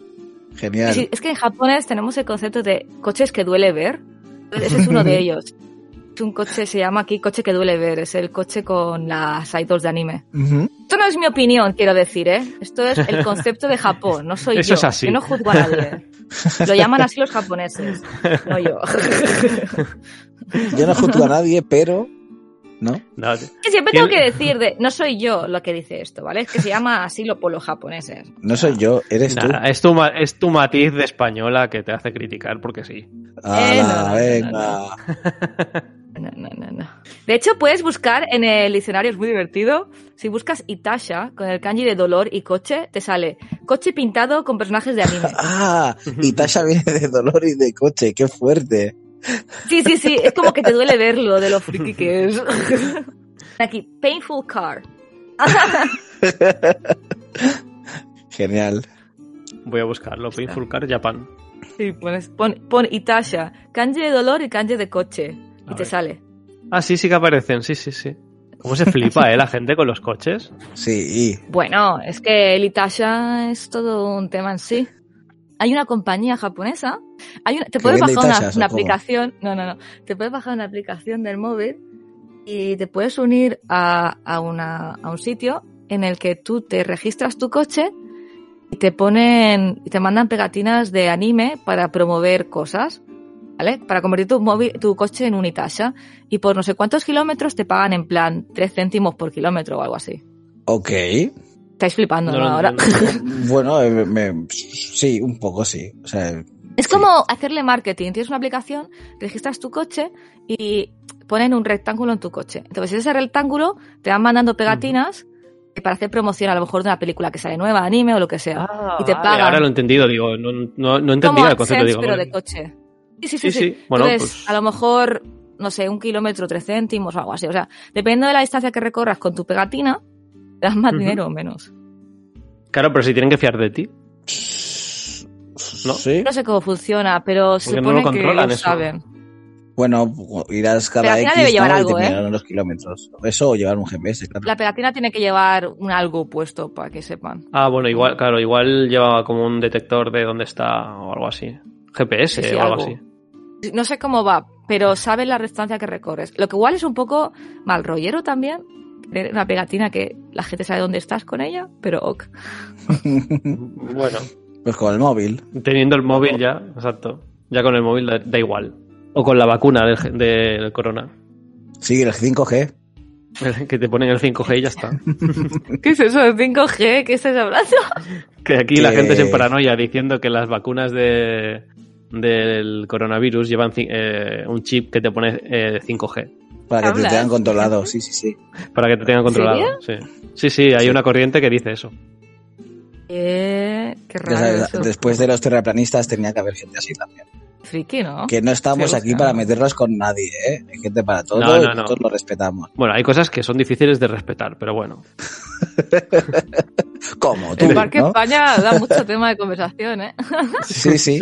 S2: Genial.
S3: Sí, es que en japonés tenemos el concepto de coches que duele ver. Ese es uno de ellos. Es un coche, se llama aquí coche que duele ver. Es el coche con las idols de anime.
S2: Ujú.
S3: Esto no es mi opinión, quiero decir, ¿eh? Esto es el concepto de Japón, no soy
S1: Eso
S3: yo.
S1: es así.
S3: Yo no juzgo a nadie. Lo llaman así los japoneses, no yo.
S2: Yo no juzgo a nadie, pero. ¿No?
S1: No, t-
S3: Que Siempre tengo que decir de, no soy yo lo que dice esto, ¿vale? Es que se llama así lo por los japoneses.
S2: No soy yo, eres
S1: nada, es, tu ma- es tu matiz de española que te hace criticar porque sí.
S2: tú. Ala,
S3: Eh, no, no, no,
S2: Ah, venga.
S3: No, no, no, no. De hecho, puedes buscar en el diccionario, es muy divertido. Si buscas Itasha con el kanji de dolor y coche, te sale coche pintado con personajes de anime.
S2: Ah, y Tasha viene de dolor y de coche, qué fuerte.
S3: Sí, sí, sí, es como que te duele verlo de lo friki que es. Aquí, painful car.
S2: Genial.
S1: Voy a buscarlo. Painful Car Japan.
S3: Sí, pones, pon, pon Itasha, kanji de dolor y kanji de coche.
S1: A
S3: Y te
S1: ver.
S3: sale.
S1: Ah, sí, sí que aparecen. Sí, sí, sí. ¿Cómo se flipa, eh, la gente con los coches?
S2: Sí, y.
S3: Bueno, es que el Itasha es todo un tema en sí. Hay una compañía japonesa. Hay una- te
S2: ¿Que
S3: puedes
S2: vende
S3: bajar una-
S2: Itashas o
S3: una,
S2: cómo?
S3: aplicación. No, no, no. Te puedes bajar una aplicación del móvil y te puedes unir a, a una- a un sitio en el que tú te registras tu coche y te ponen y te mandan pegatinas de anime para promover cosas. ¿vale? Para convertir tu, móvil, tu coche en un Itasha. Y por no sé cuántos kilómetros te pagan en plan 3 céntimos por kilómetro o algo así.
S2: Ok.
S3: Estáis flipando,
S1: No
S3: ¿no?
S1: lo
S3: Ahora.
S1: entiendo.
S2: Bueno, eh, me- me- sí, un poco sí. O sea,
S3: Es como hacerle marketing. Tienes una aplicación, registras tu coche y ponen un rectángulo en tu coche. Entonces, ese rectángulo te van mandando pegatinas para hacer promoción a lo mejor de una película que sale nueva, anime o lo que sea.
S1: Ah,
S3: Y te
S1: vale,
S3: pagan.
S1: Ahora lo he entendido, digo, no, no, no
S3: como
S1: entendía el concepto,
S3: AdSense,
S1: digo.
S3: pero
S1: bueno.
S3: de coche. Sí, sí,
S1: Sí,
S3: sí. sí.
S1: sí. Bueno,
S3: Entonces,
S1: pues-
S3: a lo mejor, no sé, un kilómetro, tres céntimos o algo así. O sea, dependiendo de la distancia que recorras con tu pegatina, te das más
S1: Ujú.
S3: dinero o menos.
S1: Claro, pero si tienen que fiar de ti. ¿No?
S2: sí.
S3: No sé cómo funciona, pero se
S1: Porque no lo
S3: supone que
S1: controlan
S3: lo
S1: eso.
S3: saben.
S2: Bueno, irás
S3: Pero
S2: cada
S3: al
S2: X
S3: final debe llevar
S2: ¿no?
S3: algo,
S2: y te
S3: ¿eh?
S2: mirarán los kilómetros. Eso o llevar un GPS, claro.
S3: La pegatina tiene que llevar un algo puesto para que sepan.
S1: Ah, bueno, igual, claro, igual lleva como un detector de dónde está o algo así. GPS
S3: Sí, sí,
S1: o algo,
S3: algo.
S1: así.
S3: No sé cómo va, pero sabes la distancia que recorres. Lo que igual es un poco mal rollero también. Tener una pegatina que la gente sabe dónde estás con ella, pero ok.
S1: Mm, Bueno,
S2: Pues con el móvil.
S1: teniendo el móvil ya, exacto. Ya con el móvil da, da igual. O con la vacuna del, ge- del corona.
S2: Sí, el 5G.
S1: Que te ponen el 5G y ya está.
S3: ¿Qué es eso de 5G? ¿Qué estás hablando?
S1: Que aquí la
S2: Que-
S1: gente es en paranoia diciendo que las vacunas de del coronavirus llevan ci- eh, un chip que te pone eh, 5G
S2: Para que te
S3: ¿Hablas?
S2: tengan controlado. Sí, sí, sí.
S1: para que te tengan controlado. Sí, sí, sí, hay
S2: Sí.
S1: una corriente que dice eso.
S3: Eh, qué
S2: Ya
S3: raro
S2: sabes,
S3: eso.
S2: después de los terraplanistas tenía que haber gente así también.
S3: Friki, ¿no?
S2: Que no estamos
S3: Sí,
S2: aquí
S3: busca.
S2: para meternos con nadie, ¿eh? Hay gente para todo
S1: No, no,
S2: y
S1: no.
S2: nosotros lo respetamos.
S1: Bueno, hay cosas que son difíciles de respetar, pero bueno.
S2: Como tú,
S3: El Parque
S2: ¿no?
S3: España da mucho tema de conversación, ¿eh?
S2: Sí, sí.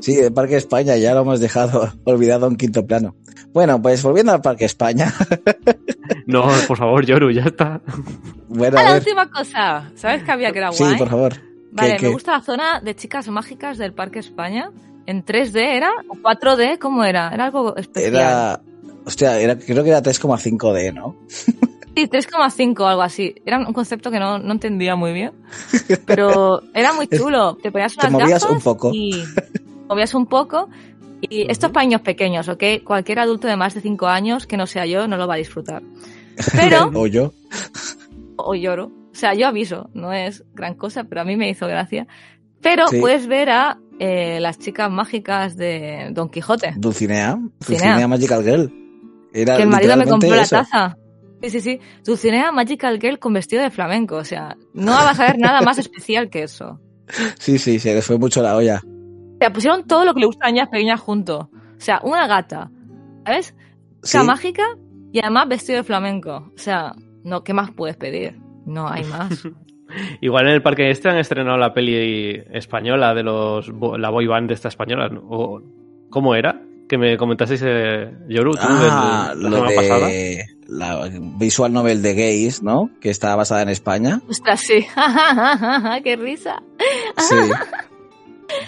S2: Sí, el Parque España ya lo hemos dejado olvidado en quinto plano. Bueno, pues volviendo al Parque España.
S1: No, por favor, Yoru, ya está.
S2: Bueno,
S3: Ah,
S2: a
S3: la
S2: ver.
S3: última cosa. ¿Sabes que había que era
S2: Sí,
S3: guay?
S2: por favor.
S3: vale,
S2: ¿Qué, qué?
S3: me gusta la zona de chicas mágicas del Parque España. ¿En 3D era? ¿O 4D? ¿Cómo era? Era algo especial.
S2: Era. Hostia, era, creo que era 3,5D, ¿no?
S3: Sí, 3,5 o algo así. Era un concepto que no, no entendía muy bien. Pero era muy chulo. Te ponías
S2: Te
S3: unas
S2: movías
S3: gafas
S2: un poco.
S3: y movías un poco. Y estos paños pequeños, ¿ok? Cualquier adulto de más de 5 años que no sea yo no lo va a disfrutar. Pero,
S2: O yo.
S3: o lloro. O sea, yo aviso, no es gran cosa, pero a mí me hizo gracia. Pero
S2: Sí.
S3: puedes ver a eh, las chicas mágicas de Don Quijote.
S2: Dulcinea.
S3: Dulcinea.
S2: Dulcinea Magical Girl. Era
S3: que el marido me
S2: literalmente
S3: compró la
S2: eso.
S3: taza. Sí, sí, sí. Dulcinea Magical Girl con vestido de flamenco. O sea, no vas a ver nada más especial que eso.
S2: Sí, sí, se le fue mucho la olla.
S3: O sea, pusieron todo lo que le gusta a niñas pequeñas junto. O sea, una gata. ¿Sabes?
S2: Sí,
S3: Chica mágica y además vestido de flamenco. O sea, no, ¿qué más puedes pedir? No hay más.
S1: Igual en el parque este han estrenado la peli española de los bo- la boy band de esta española. ¿no? O- ¿Cómo era? Que me comentasteis, eh, Yoru, tú,
S2: ah,
S1: del- la
S2: lo
S1: semana pasada.
S2: de la visual novel de gays, ¿no? Que está basada en España.
S3: Ostras, sí. ¡Qué risa!
S2: Sí.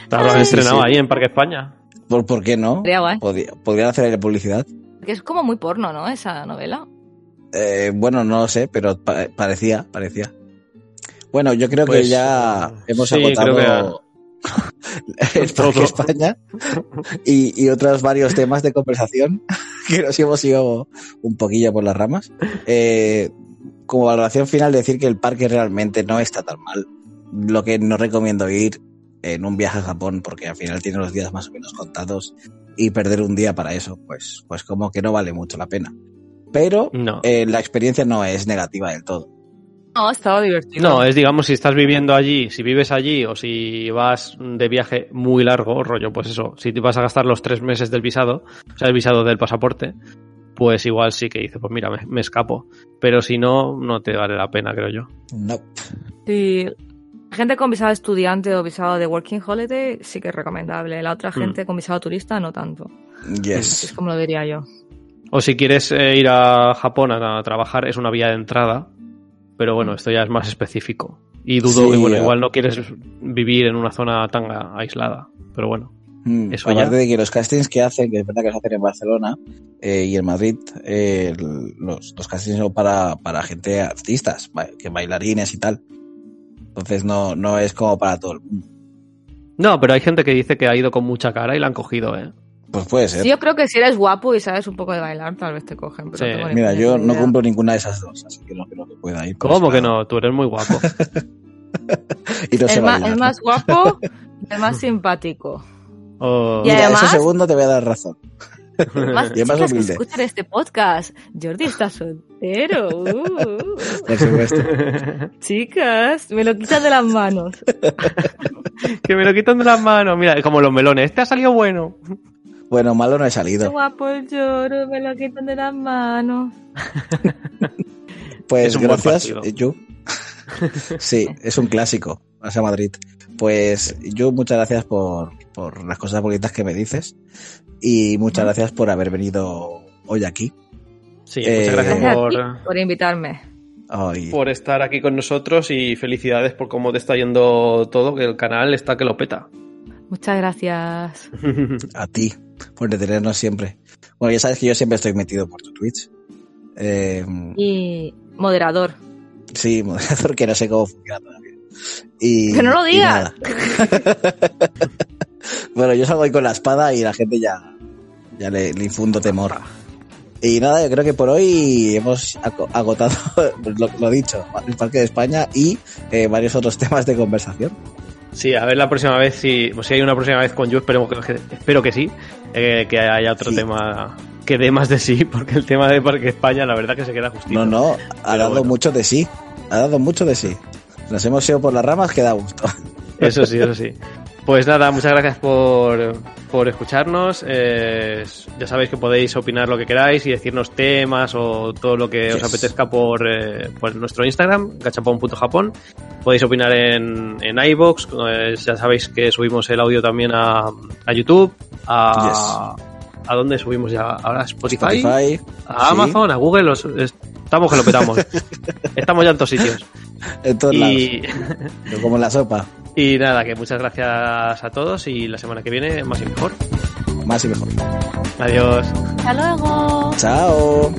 S1: Te lo han
S2: Sí, sí,
S1: estrenado
S2: sí.
S1: ahí en Parque España.
S2: ¿Por, por qué no?
S3: Sería guay.
S2: Podría- podrían hacer ahí la publicidad.
S3: Porque es como muy porno, ¿no? Esa novela.
S2: Eh, bueno, no lo sé, pero pa- parecía, parecía. Bueno, yo creo
S1: Pues,
S2: que ya
S1: eh,
S2: hemos
S1: sí, creo
S2: agotado el Parque
S1: Todo.
S2: España y, y otros varios temas de conversación que nos hemos ido un poquillo por las ramas. Eh, como valoración final, decir que el parque realmente no está tan mal. Lo que no recomiendo ir en un viaje a Japón, porque al final tiene los días más o menos contados y perder un día para eso, pues, pues como que no vale mucho la pena. Pero
S1: No.
S2: eh, la experiencia no es negativa del todo.
S3: No, estaba
S2: Eh,
S3: divertido.
S1: No, es digamos si estás viviendo allí, si vives allí o si vas de viaje muy largo, rollo, pues eso, si te vas a gastar los tres meses del visado, o sea, el visado del pasaporte, pues igual sí que dices, pues mira, me, me escapo. Pero si no, no te vale la pena, creo yo.
S2: No.
S3: Sí. Gente con visado de estudiante o visado de working holiday sí que es recomendable. La otra gente con visado turista no tanto. Es
S2: Yes.
S3: como lo diría yo.
S1: O si quieres eh, ir a Japón a, a trabajar, es una vía de entrada, pero bueno, esto ya es más específico. Y dudo
S2: Sí,
S1: que, bueno,
S2: ya.
S1: igual no quieres vivir en una zona tan a- aislada, pero bueno.
S2: Mm,
S1: Eso
S2: Aparte
S1: ya.
S2: de que los castings que hacen, que es verdad que los hacen en Barcelona eh, y en Madrid, eh, el- los, los castings son para, para gente artistas, ba- que bailarines y tal. Entonces no, no es como para todo el mundo.
S1: No, pero hay gente que dice que ha ido con mucha cara y la han cogido, ¿eh?
S2: Pues puede ser.
S3: Sí, yo creo que si eres guapo y sabes un poco de bailar, tal vez te cogen. Pero
S1: Sí.
S3: no tengo ni
S2: Mira,
S3: puta
S2: yo no
S3: idea.
S2: cumplo ninguna de esas dos, así que no creo que pueda ir. Pues
S1: ¿Cómo que no? Tú eres muy guapo.
S2: Y no sé
S3: El más,
S2: bailar.
S3: el más guapo, el más simpático.
S1: Oh,
S3: Y
S2: Mira,
S3: además-
S2: ese segundo te voy a dar razón.
S3: Más
S2: Y el más
S3: chicas que
S2: humilde.
S3: escuchan este podcast. Jordi está soltero. uh, uh.
S2: Por supuesto.
S3: Chicas, me lo quitan de las manos.
S1: que me lo quitan de las manos. Mira, como los melones. Este ha salido bueno.
S2: Bueno, malo no he
S3: Qué
S2: salido.
S3: guapo el lloro, me lo quitan de las manos.
S2: Pues
S1: Es un buen
S2: gracias,
S1: partido.
S2: eh, Yu. sí, es un clásico. Vas a Madrid. Pues yo muchas gracias por, por las cosas bonitas que me dices y muchas gracias por haber venido hoy aquí.
S1: Sí,
S2: Eh,
S1: muchas gracias
S3: Gracias
S1: por,
S3: a ti por invitarme.
S2: Ay,
S1: por estar aquí con nosotros y felicidades por cómo te está yendo todo, que el canal está que lo peta.
S3: Muchas gracias.
S2: a ti por detenernos siempre. Bueno, ya sabes que yo siempre estoy metido por tu Twitch. Eh,
S3: Y moderador.
S2: sí, moderador, que no sé cómo funciona todavía. Y,
S3: Que no lo
S2: y
S3: digas.
S2: nada. bueno, yo salgo ahí con la espada y la gente ya, ya le, le infundo temor. Y nada, yo creo que por hoy hemos aco- agotado lo, lo dicho, el Parque de España y eh, varios otros temas de conversación.
S1: Sí, a ver la próxima vez si, o si hay una próxima vez con yo, esperemos que, espero que sí, eh, que haya otro
S2: Sí.
S1: tema que dé más de sí, porque el tema de Parque España la verdad que se queda justito.
S2: No, no, ha
S1: Pero
S2: dado
S1: bueno.
S2: mucho de sí. Ha dado mucho de sí. Nos hemos ido por las ramas, que da gusto.
S1: Eso sí, eso sí. Pues nada, muchas gracias por, por escucharnos. Eh, ya sabéis que podéis opinar lo que queráis y decirnos temas o todo lo que os
S2: Yes.
S1: apetezca por, eh, por nuestro Instagram, gachapon.japón. Podéis opinar en, en iBox. ya sabéis que subimos el audio también a, a YouTube. A, ¿A dónde subimos ya? Ahora Spotify.
S2: Spotify,
S1: A Amazon, a Google. los- estamos que lo petamos. estamos ya en todos sitios.
S2: en todos lados.
S1: Y,
S2: Yo Como la sopa,
S1: y nada, que muchas gracias a todos y la semana que viene más y mejor.
S2: más y mejor.
S1: Adiós.
S3: Hasta luego.
S2: Chao.